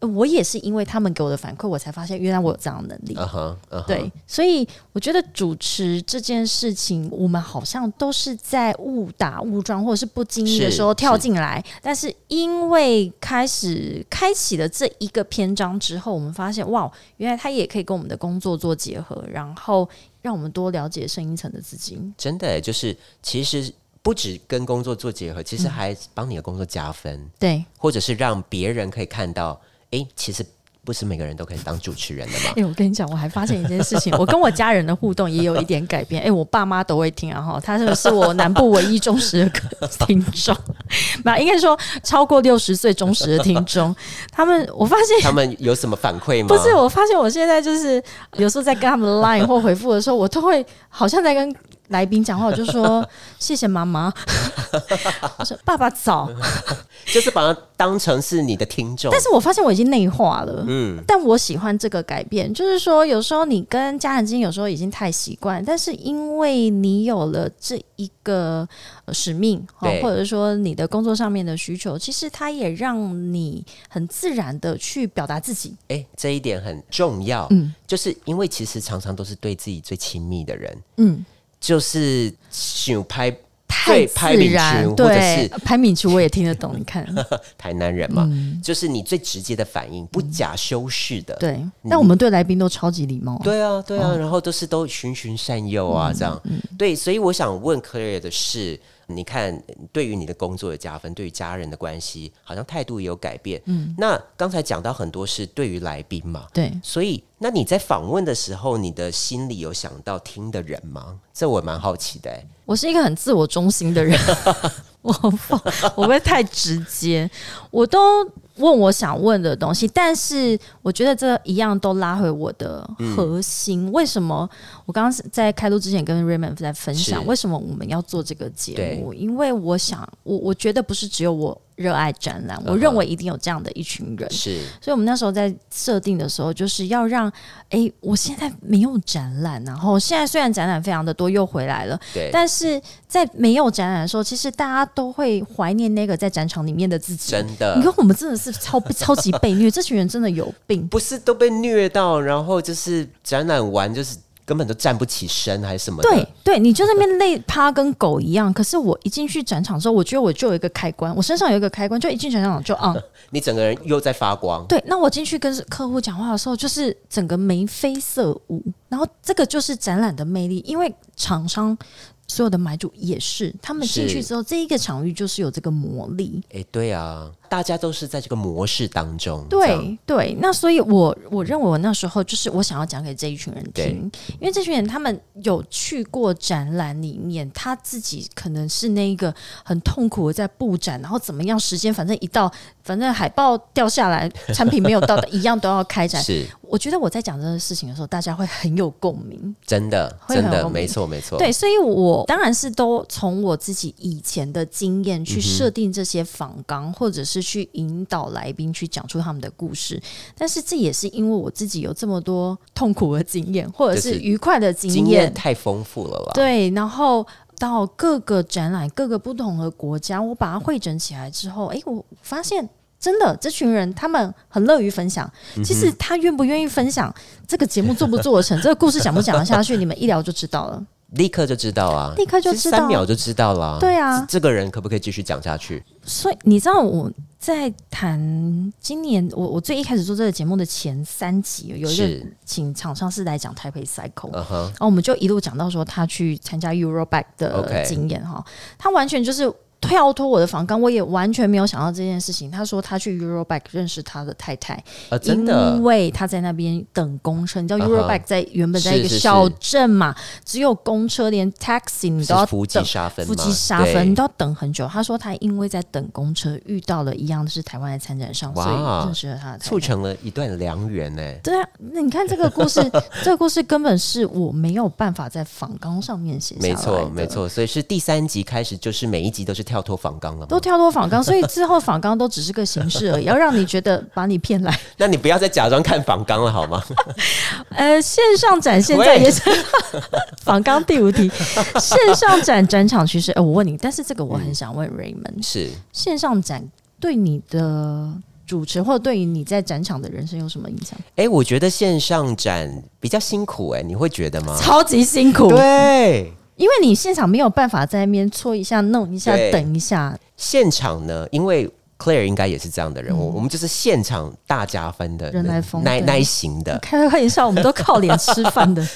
B: 呃我也是因为他们给我的反馈，我才发现原来我有这样的能力。
A: 嗯哼，嗯哼，
B: 对，所以我觉得主持这件事情，我们好像都是在误打误撞，或者是不经意的
A: 是
B: 时候跳
A: 是
B: 进来。但是因为开始开启了这一个篇章之后，我们发现哇，哦原来它也可以跟我们的工作做结合，然后让我们多了解声音层的自己。
A: 真的、就是其实不止跟工作做结合，其实还帮你的工作加分。
B: 对，
A: 或者是让别人可以看到，诶，其实不是每个人都可以当主持人的嘛
B: 哎、。我跟你讲，我还发现一件事情，我跟我家人的互动也有一点改变。哎、我爸妈都会听啊，哈，他是是我南部唯一忠实的听众，那应该说超过六十岁忠实的听众。他们，我发现
A: 他们有什么反馈吗？
B: 不是，我发现我现在就是有时候在跟他们 Line 或回复的时候，我都会好像在跟来宾讲话，我就说 谢谢妈妈， 我说爸爸早。
A: 就是把它当成是你的听众
B: 但。是我发现我已经内化了，嗯，但我喜欢这个改变，就是说有时候你跟家人之间有时候已经太习惯，但是因为你有了这一个呃使命，哦
A: 对
B: 或者说你的工作上面的需求，其实它也让你很自然的去表达自己。
A: 哎、这一点很重要。嗯，就是因为其实常常都是对自己最亲密的人，
B: 嗯，
A: 就是想拍
B: 太
A: 最
B: 自
A: 拍饼
B: 然，
A: 群，或者
B: 对
A: 是，
B: 潘敏琪我也听得懂，你看，
A: 台南人嘛，就是你最直接的反应，不假修饰的。
B: 嗯对。但我们对来宾都超级礼貌啊，
A: 嗯对啊，对啊，然后都是都循循善诱
B: 嗯
A: 啊，这样。对，所以我想问 Clare 的是，你看对于你的工作的加分，对于家人的关系，好像态度也有改变。嗯，那刚才讲到很多是对于来宾嘛，
B: 对。
A: 所以那你在访问的时候，你的心里有想到听的人吗？这我蛮好奇的、欸。
B: 我是一个很自我中心的人， 我放我会不会太直接？我都问我想问的东西，但是我觉得这一样都拉回我的
A: 嗯
B: 核心。为什么我刚刚是在开录之前跟 Raymond 在分享，
A: 是
B: 为什么我们要做这个节目？因为我想，我我觉得不是只有我热爱展览，
A: 嗯
B: 我
A: 哼
B: 认为一定有这样的一群人。
A: 是
B: 所以我们那时候在设定的时候，就是要让，诶，我现在没有展览，然后现在虽然展览非常的多，又回来了，
A: 对，
B: 但是在没有展览的时候，其实大家都会怀念那个在展场里面的自己。
A: 真的
B: 你看，我们真的是超超级被虐，这群人真的有 病。
A: 不是都被虐到，然后就是展览完就是根本都站不起身还是什么的。
B: 对对，你就在那边累趴跟狗一样。可是我一进去展场之后，我觉得我就有一个开关，我身上有一个开关，就一进展场就啊，
A: 你整个人又在发光。
B: 对。那我进去跟客户讲话的时候，就是整个眉飞色舞。然后这个就是展览的魅力，因为厂商所有的买主也是，他们进去
A: 是
B: 之后，这一个场域就是有这个魔力。
A: 哎、对啊，大家都是在这个模式当中。这样
B: 对对，那所以我我认为我那时候就是我想要讲给这一群人
A: 对
B: 听，因为这群人他们有去过展览里面，他自己可能是那一个很痛苦的在布展，然后怎么样时间，反正一到反正海报掉下来，产品没有到，一样都要开展。
A: 是
B: 我觉得我在讲这个事情的时候，大家会很有共鸣。
A: 真的，
B: 会
A: 真
B: 很
A: 的，
B: 红
A: 没错，没错。
B: 对，所以我当然是都从我自己以前的经验去设定这些访纲，或者是去引导来宾去讲出他们的故事。但是这也是因为我自己有这么多痛苦的经验，或者
A: 就是
B: 是愉快的经
A: 经
B: 验
A: 验，太丰富了啦。
B: 对，然后。到各个展览、各个不同的国家，我把它汇整起来之后，诶，我发现真的这群人他们很乐于分享。
A: 嗯
B: 其实他愿不愿意分享，这个节目做不做得成，这个故事讲不讲得下去，你们一聊就知道了。
A: 立刻就知道啊，
B: 立刻就知道
A: 三秒就知道啦。
B: 对啊
A: 这，这个人可不可以继续讲下去？
B: 所以你知道我在谈今年我我最一开始做这个节目的前三集，有一个
A: 是，
B: 请厂商是来讲台北 Cycle，、
A: 嗯哼，
B: 然后我们就一路讲到说他去参加 Euroback 的
A: OK
B: 经验哈他完全就是。跳脱我的房纲，我也完全没有想到这件事情。他说他去 Euroback 认识他的太太，
A: 啊，真的
B: 因，为他在那边等公车。你知道
A: 嗯哼
B: Euroback 在原本在一个
A: 是是是
B: 小镇嘛，只有公车，连 taxi 你
A: 是
B: 都要
A: 夫妻
B: 等
A: 杀分吗，
B: 夫妻杀分
A: 对，
B: 都要等很久。他说他因为在等公车，遇到了一样是台湾的参展商，
A: 哇
B: 所以认识了他的太太
A: 促。成了一段良缘呢、
B: 对啊，那你看这个 故事，这个故事根本是我没有办法在访纲上面写下来
A: 没
B: 的
A: 错，没，错，所以是第三集开始，就是每一集都是跳脱仿纲了
B: 都
A: 吗。
B: 跳脱访纲，所以之后访纲都只是个形式而已，要让你觉得把你骗来。
A: 那你不要再假装看仿纲了好 吗？
B: 呃，线上展现在
A: 喂
B: 也是 访纲第五题，线上展展场趋势。哎、我问你，但是这个我很想问 Raymond，
A: 是，
B: 线上展对你的主持或者对于你在展场的人生有什么影响？
A: 哎、我觉得线上展比较辛苦、哎，你会觉得吗？
B: 超级辛苦，
A: 对，
B: 因为你现场没有办法在那边搓一下、弄一下、
A: 对
B: 等一下，
A: 现场呢，因为 Claire 应该也是这样的
B: 嗯
A: 人，我、我们就是现场大加分的
B: 人来疯
A: 耐
B: 对
A: 耐型的，
B: 开玩笑，我们都靠脸吃饭 的。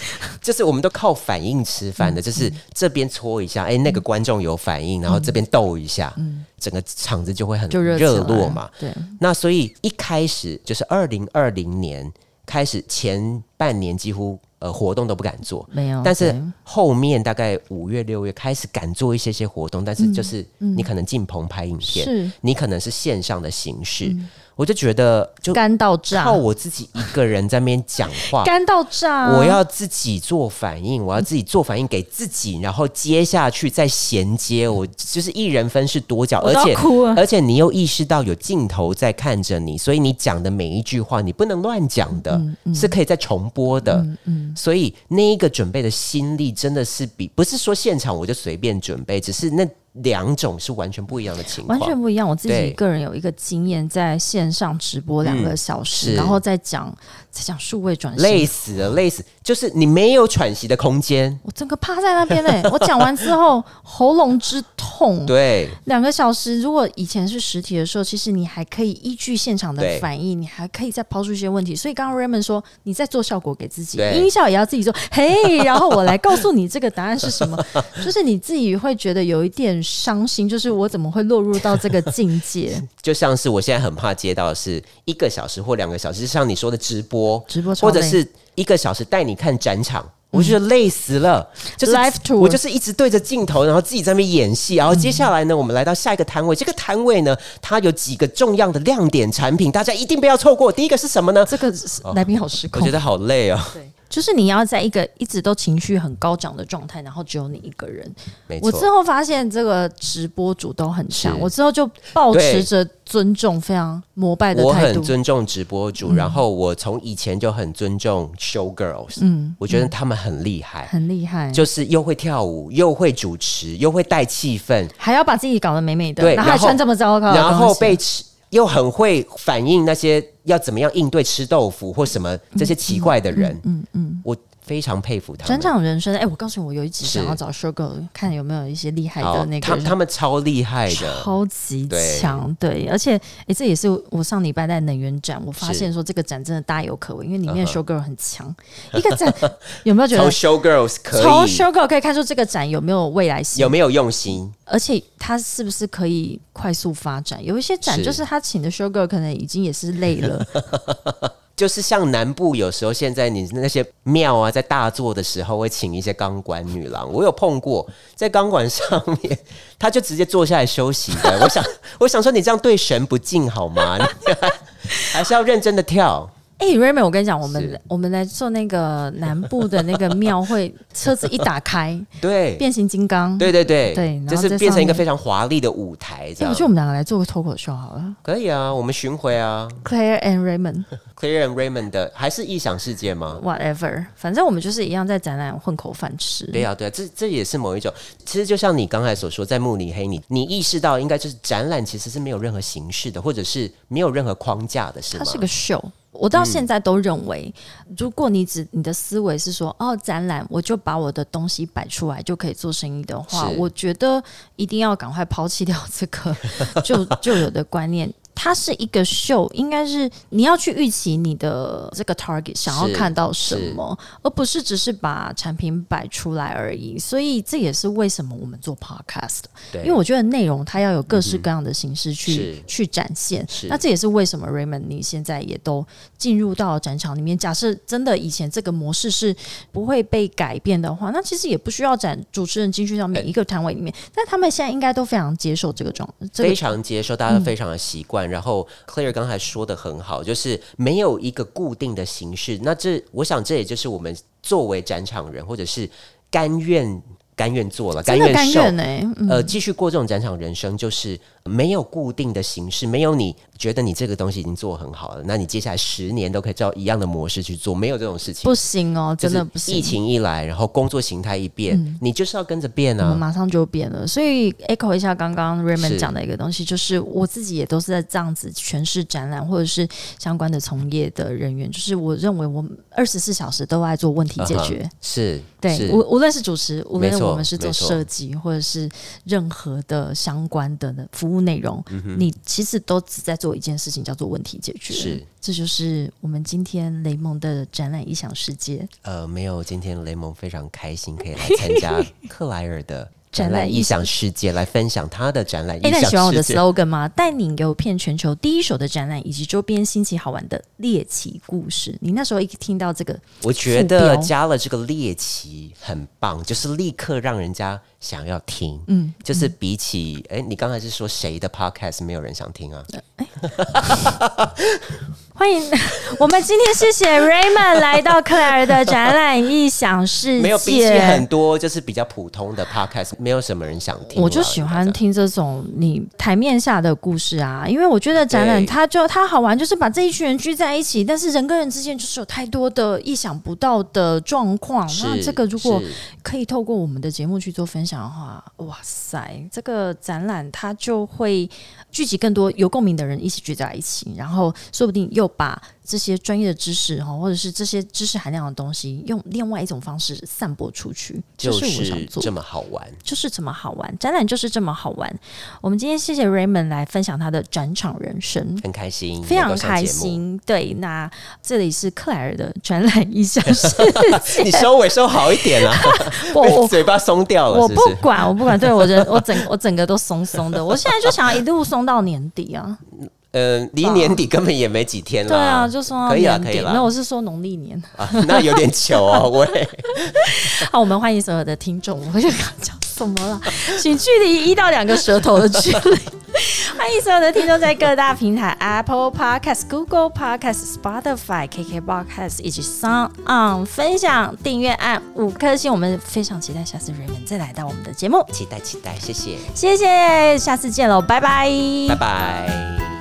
A: 就是我们都靠反应吃饭
B: 嗯
A: 的，就是这边搓一下，哎、那个观众有反应，然后这边逗一下，整个场子就会很
B: 嗯就热起来
A: 热络嘛。
B: 对，
A: 那所以一开始就是二零二零年开始前半年几乎呃活动都不敢做，
B: 没有。
A: 但是
B: 对
A: 后面大概五月六月开始敢做一些些活动，但是就是你可能进棚拍影片，
B: 嗯是嗯
A: 你可能是线上的形式。我就觉得就
B: 干到炸，
A: 靠，我自己一个人在那边讲话
B: 干到炸！
A: 我要自己做反应，我要自己做反应给自己，然后接下去再衔接。我就是一人分饰多角，
B: 我
A: 而
B: 都要
A: 且
B: 哭啊了
A: 而且你又意识到有镜头在看着你，所以你讲的每一句话你不能乱讲的，
B: 嗯
A: 是可以再重播的。所以那一个准备的心力真的是比不是说现场我就随便准备，只是那两种是完全不一样的情
B: 完
A: 况。
B: 全不一样。我自己
A: 对嗯
B: 个人有一个经验，在线上直播两个小时，
A: 是
B: 然后再讲再讲数位转
A: 累
B: 型，
A: 死了，累死！就是你没有喘息的空间，
B: 我整个趴在那边嘞、我讲完之 后，喉咙之痛。
A: 对，
B: 两个小时，如果以前是实体的时候，其实你还可以依据现场的
A: 对
B: 反应，你还可以再抛出一些问题。所以刚刚 Raymond 说，你在做效果给自己，
A: 对
B: 音效也要自己做，嘿，然后我来告诉你这个答案是什么， 就是你自己会觉得有一点伤心，就是我怎么会落入到这个境界？
A: 就像是我现在很怕接到的是一个小时或两个小时，就像你说的直播，
B: 直播超
A: 或者
B: 累
A: 是一个小时带你看展场。我就觉得累死了，就是
B: Live tour
A: 我就是一直对着镜头，然后自己在那边演戏。然后接下来呢，我们来到下一个摊位，这个摊位呢，它有几个重要的亮点产品，大家一定不要错过。第一个是什么呢？
B: 这个 来宾好失
A: 哦我
B: 控
A: 觉。得好累哦，
B: 就是你要在一个一直都情绪很高涨的状态，然后只有你一个人。
A: 没
B: 我之
A: 错，
B: 后发现这个直播主都很像，
A: 是
B: 我之后就保持
A: 对
B: 着尊重、非常膜拜的
A: 我
B: 态
A: 很
B: 度。
A: 尊重直播主，然后我从以前就很尊重 show girls，嗯，我觉得他们很厉害，
B: 很厉害，
A: 就是又会跳舞，又会主持，又会带气氛，
B: 还要把自己搞得美美的，
A: 对
B: 然后还
A: 然后
B: 穿这么糟糕的东西，啊
A: 然后被吃，又很会反映那些要怎么样应对吃豆腐或什么这些奇怪的人。嗯嗯，我非常佩服他
B: 转
A: 们。
B: 场人生。哎、我告诉你，我有一集
A: 是
B: 想要找 Sugar 看有没有一些厉害
A: 好
B: 的那
A: 他
B: 个
A: 们他们超厉害的，
B: 超级
A: 对
B: 强，对，而且哎、这也是我上礼拜在能源展，我发
A: 是
B: 现说这个展真的大有可为，因为里面
A: 嗯哼
B: Sugar 很强，一个 展有没有觉
A: 从
B: 得
A: show girls 可
B: 从
A: 以
B: Sugar 可以看出这个展有没有未来性，
A: 有没有用心？
B: 而且它是不是可以快速发展？有一些展
A: 是
B: 就是他请的 Sugar 可能已经也是累了，
A: 就是像南部有时候现在你那些庙啊，在大做的时候会请一些钢管女郎，我有碰过，在钢管上面，她就直接坐下来休息的。我想， 我想说你这样对神不敬好吗？ 你还是要认真的跳。
B: 哎、r a y m o n d 我跟你讲，我们
A: 是
B: 我们来做那个南部的那个庙会，车子一打开，
A: 对，
B: 变形金刚。
A: 对对对，
B: 对然后
A: 就是
B: 在
A: 变
B: 上
A: 成一个
B: 面
A: 非常华丽的舞台这
B: 哎、
A: 样。
B: 我觉得我们两个来做个脱口秀好了
A: 可以啊，我们巡回啊
B: ，Claire and Raymond。
A: ，Clear and Raymond 的还是异想世界吗？
B: Whatever，反正我们就是一样在展览混口饭吃。
A: 对啊，对啊，这这也是某一种。其实就像你刚才所说，在慕尼黑，你你意识到应该就是展览其实是没有任何形式的，或者是没有任何框架的，是
B: 它
A: 吗？
B: 是个秀。我到
A: 嗯
B: 现在都认为，如果你只你的思维是说哦，展览我就把我的东西摆出来就可以做生意的话，
A: 是
B: 我觉得一定要赶快抛弃掉这个就就有的观念。它是一个秀，应该是你要去预期你的这个 target 想要
A: 是
B: 看到什么，而不是只是把产品摆出来而已。所以这也是为什么我们做 podcast。
A: 对，嗯
B: 因为我觉得内容它要有各式各样的形式去、
A: 是
B: 去展现。
A: 是
B: 那这也是为什么 Raymond 你现在也都进入到展场里面。假设真的以前这个模式是不会被改变的话，那其实也不需要展主持人进去到
A: 哎
B: 每一个摊位里面。但他们现在应该都非常接受这个状这
A: 非
B: 个。嗯
A: 常接受，大家都非常的习惯。然后 Claire 刚才说的很好，就是没有一个固定的形式。那这我想这也就是我们作为展场人，或者是甘愿甘愿做了，甘
B: 真的
A: 愿
B: 甘
A: 受。
B: 愿呢、嗯，
A: 呃，继续过这种展场人生，就是呃没有固定的形式，没有你觉得你这个东西已经做得很好了，那你接下来十年都可以照一样的模式去做，没有这种事情。
B: 不行哦，真的
A: 就
B: 不
A: 是
B: 行。嗯
A: 疫情一来，然后工作形态一变，你就是要跟着变
B: 我们
A: 啊。
B: 马上就变了。所以 echo 一下刚刚 Raymond
A: 是
B: 讲的一个东西，就是我自己也都是在这样子诠释展览或者是相关的从业的人员，就是我认为我二十四小时都爱做问题解决。
A: 嗯哼是，
B: 对，
A: 是
B: 无无论是主持，无论
A: 没错
B: 我们是做
A: 没错
B: 设计，或者是任何的相关的服务内容，
A: 嗯
B: 你其实都只在做一件事情，叫做问题解决。
A: 是，
B: 这就是我们今天雷蒙的展览异想世界。
A: 呃，没有，今天雷蒙非常开心可以来参加克莱尔的展览异想世界来分享他的展览。
B: 哎、那
A: 那
B: 你喜欢我的 slogan 吗？带你游遍全球第一手的展览以及周边新奇好玩的猎奇故事。你那时候一听到这个，
A: 我觉
B: 副
A: 得
B: 标
A: 加了这个猎奇很棒，就是立刻让人家想要听。
B: 嗯，
A: 就是比起哎、你刚才是说谁的 podcast 没有人想听啊？
B: 欢迎 我们今天谢谢 Raymond 来到克莱尔的展览异想世界。
A: 没有，比起很多就是比较普通的 podcast，没有什么人想听啊。
B: 我就喜欢听这种你台面下的故事啊，因为我觉得展览
A: 对
B: 它就它好玩，就是把这一群人聚在一起，但是人跟人之间就是有太多的意想不到的状况。啊那
A: 是
B: 这个如果
A: 是
B: 可以透过我们的节目去做分享的话，哇塞，这个展览它就会聚集更多有共鸣的人一起聚在一起，然后说不定又把这些专业的知识哈，或者是这些知识含量的东西，用另外一种方式散播出去，这
A: 就是
B: 我想
A: 是
B: 做的
A: 这么好玩。
B: 就是这么好玩，展览就是这么好玩。我们今天谢谢 Raymond 来分享他的展场人生。
A: 很开心，
B: 非
A: 能
B: 常
A: 够上节
B: 开
A: 目。
B: 心，对，那这里是克莱尔的展览意向 室，
A: 你收尾收好一点 啊，
B: 我
A: 被
B: 我
A: 嘴巴松掉了，
B: 哦我
A: 哦是
B: 不
A: 不是？
B: 管，我不管，对我人我整我整个都松松的，我现在就想要一路松到年底 啊，
A: 嗯，离年底根本也没几天了。
B: 对啊，就松到
A: 可以啦
B: 年
A: 可以
B: 底，
A: 啦
B: 没有，我是说农历年。
A: 啊，那有点久 哦，我也
B: 好，我们欢迎所有的听众。我就刚讲什么了？请距离一到两个舌头的距离。欢迎所有的听众在各大平台 Apple Podcast、Google Podcast、Spotify、KK Podcast 以及 Sound On 分享、订阅、按五颗星。我们非常期待下次 Raymond 再来到我们的节目，
A: 期待期待，谢谢，
B: 谢谢，下次见喽，拜拜
A: 拜拜。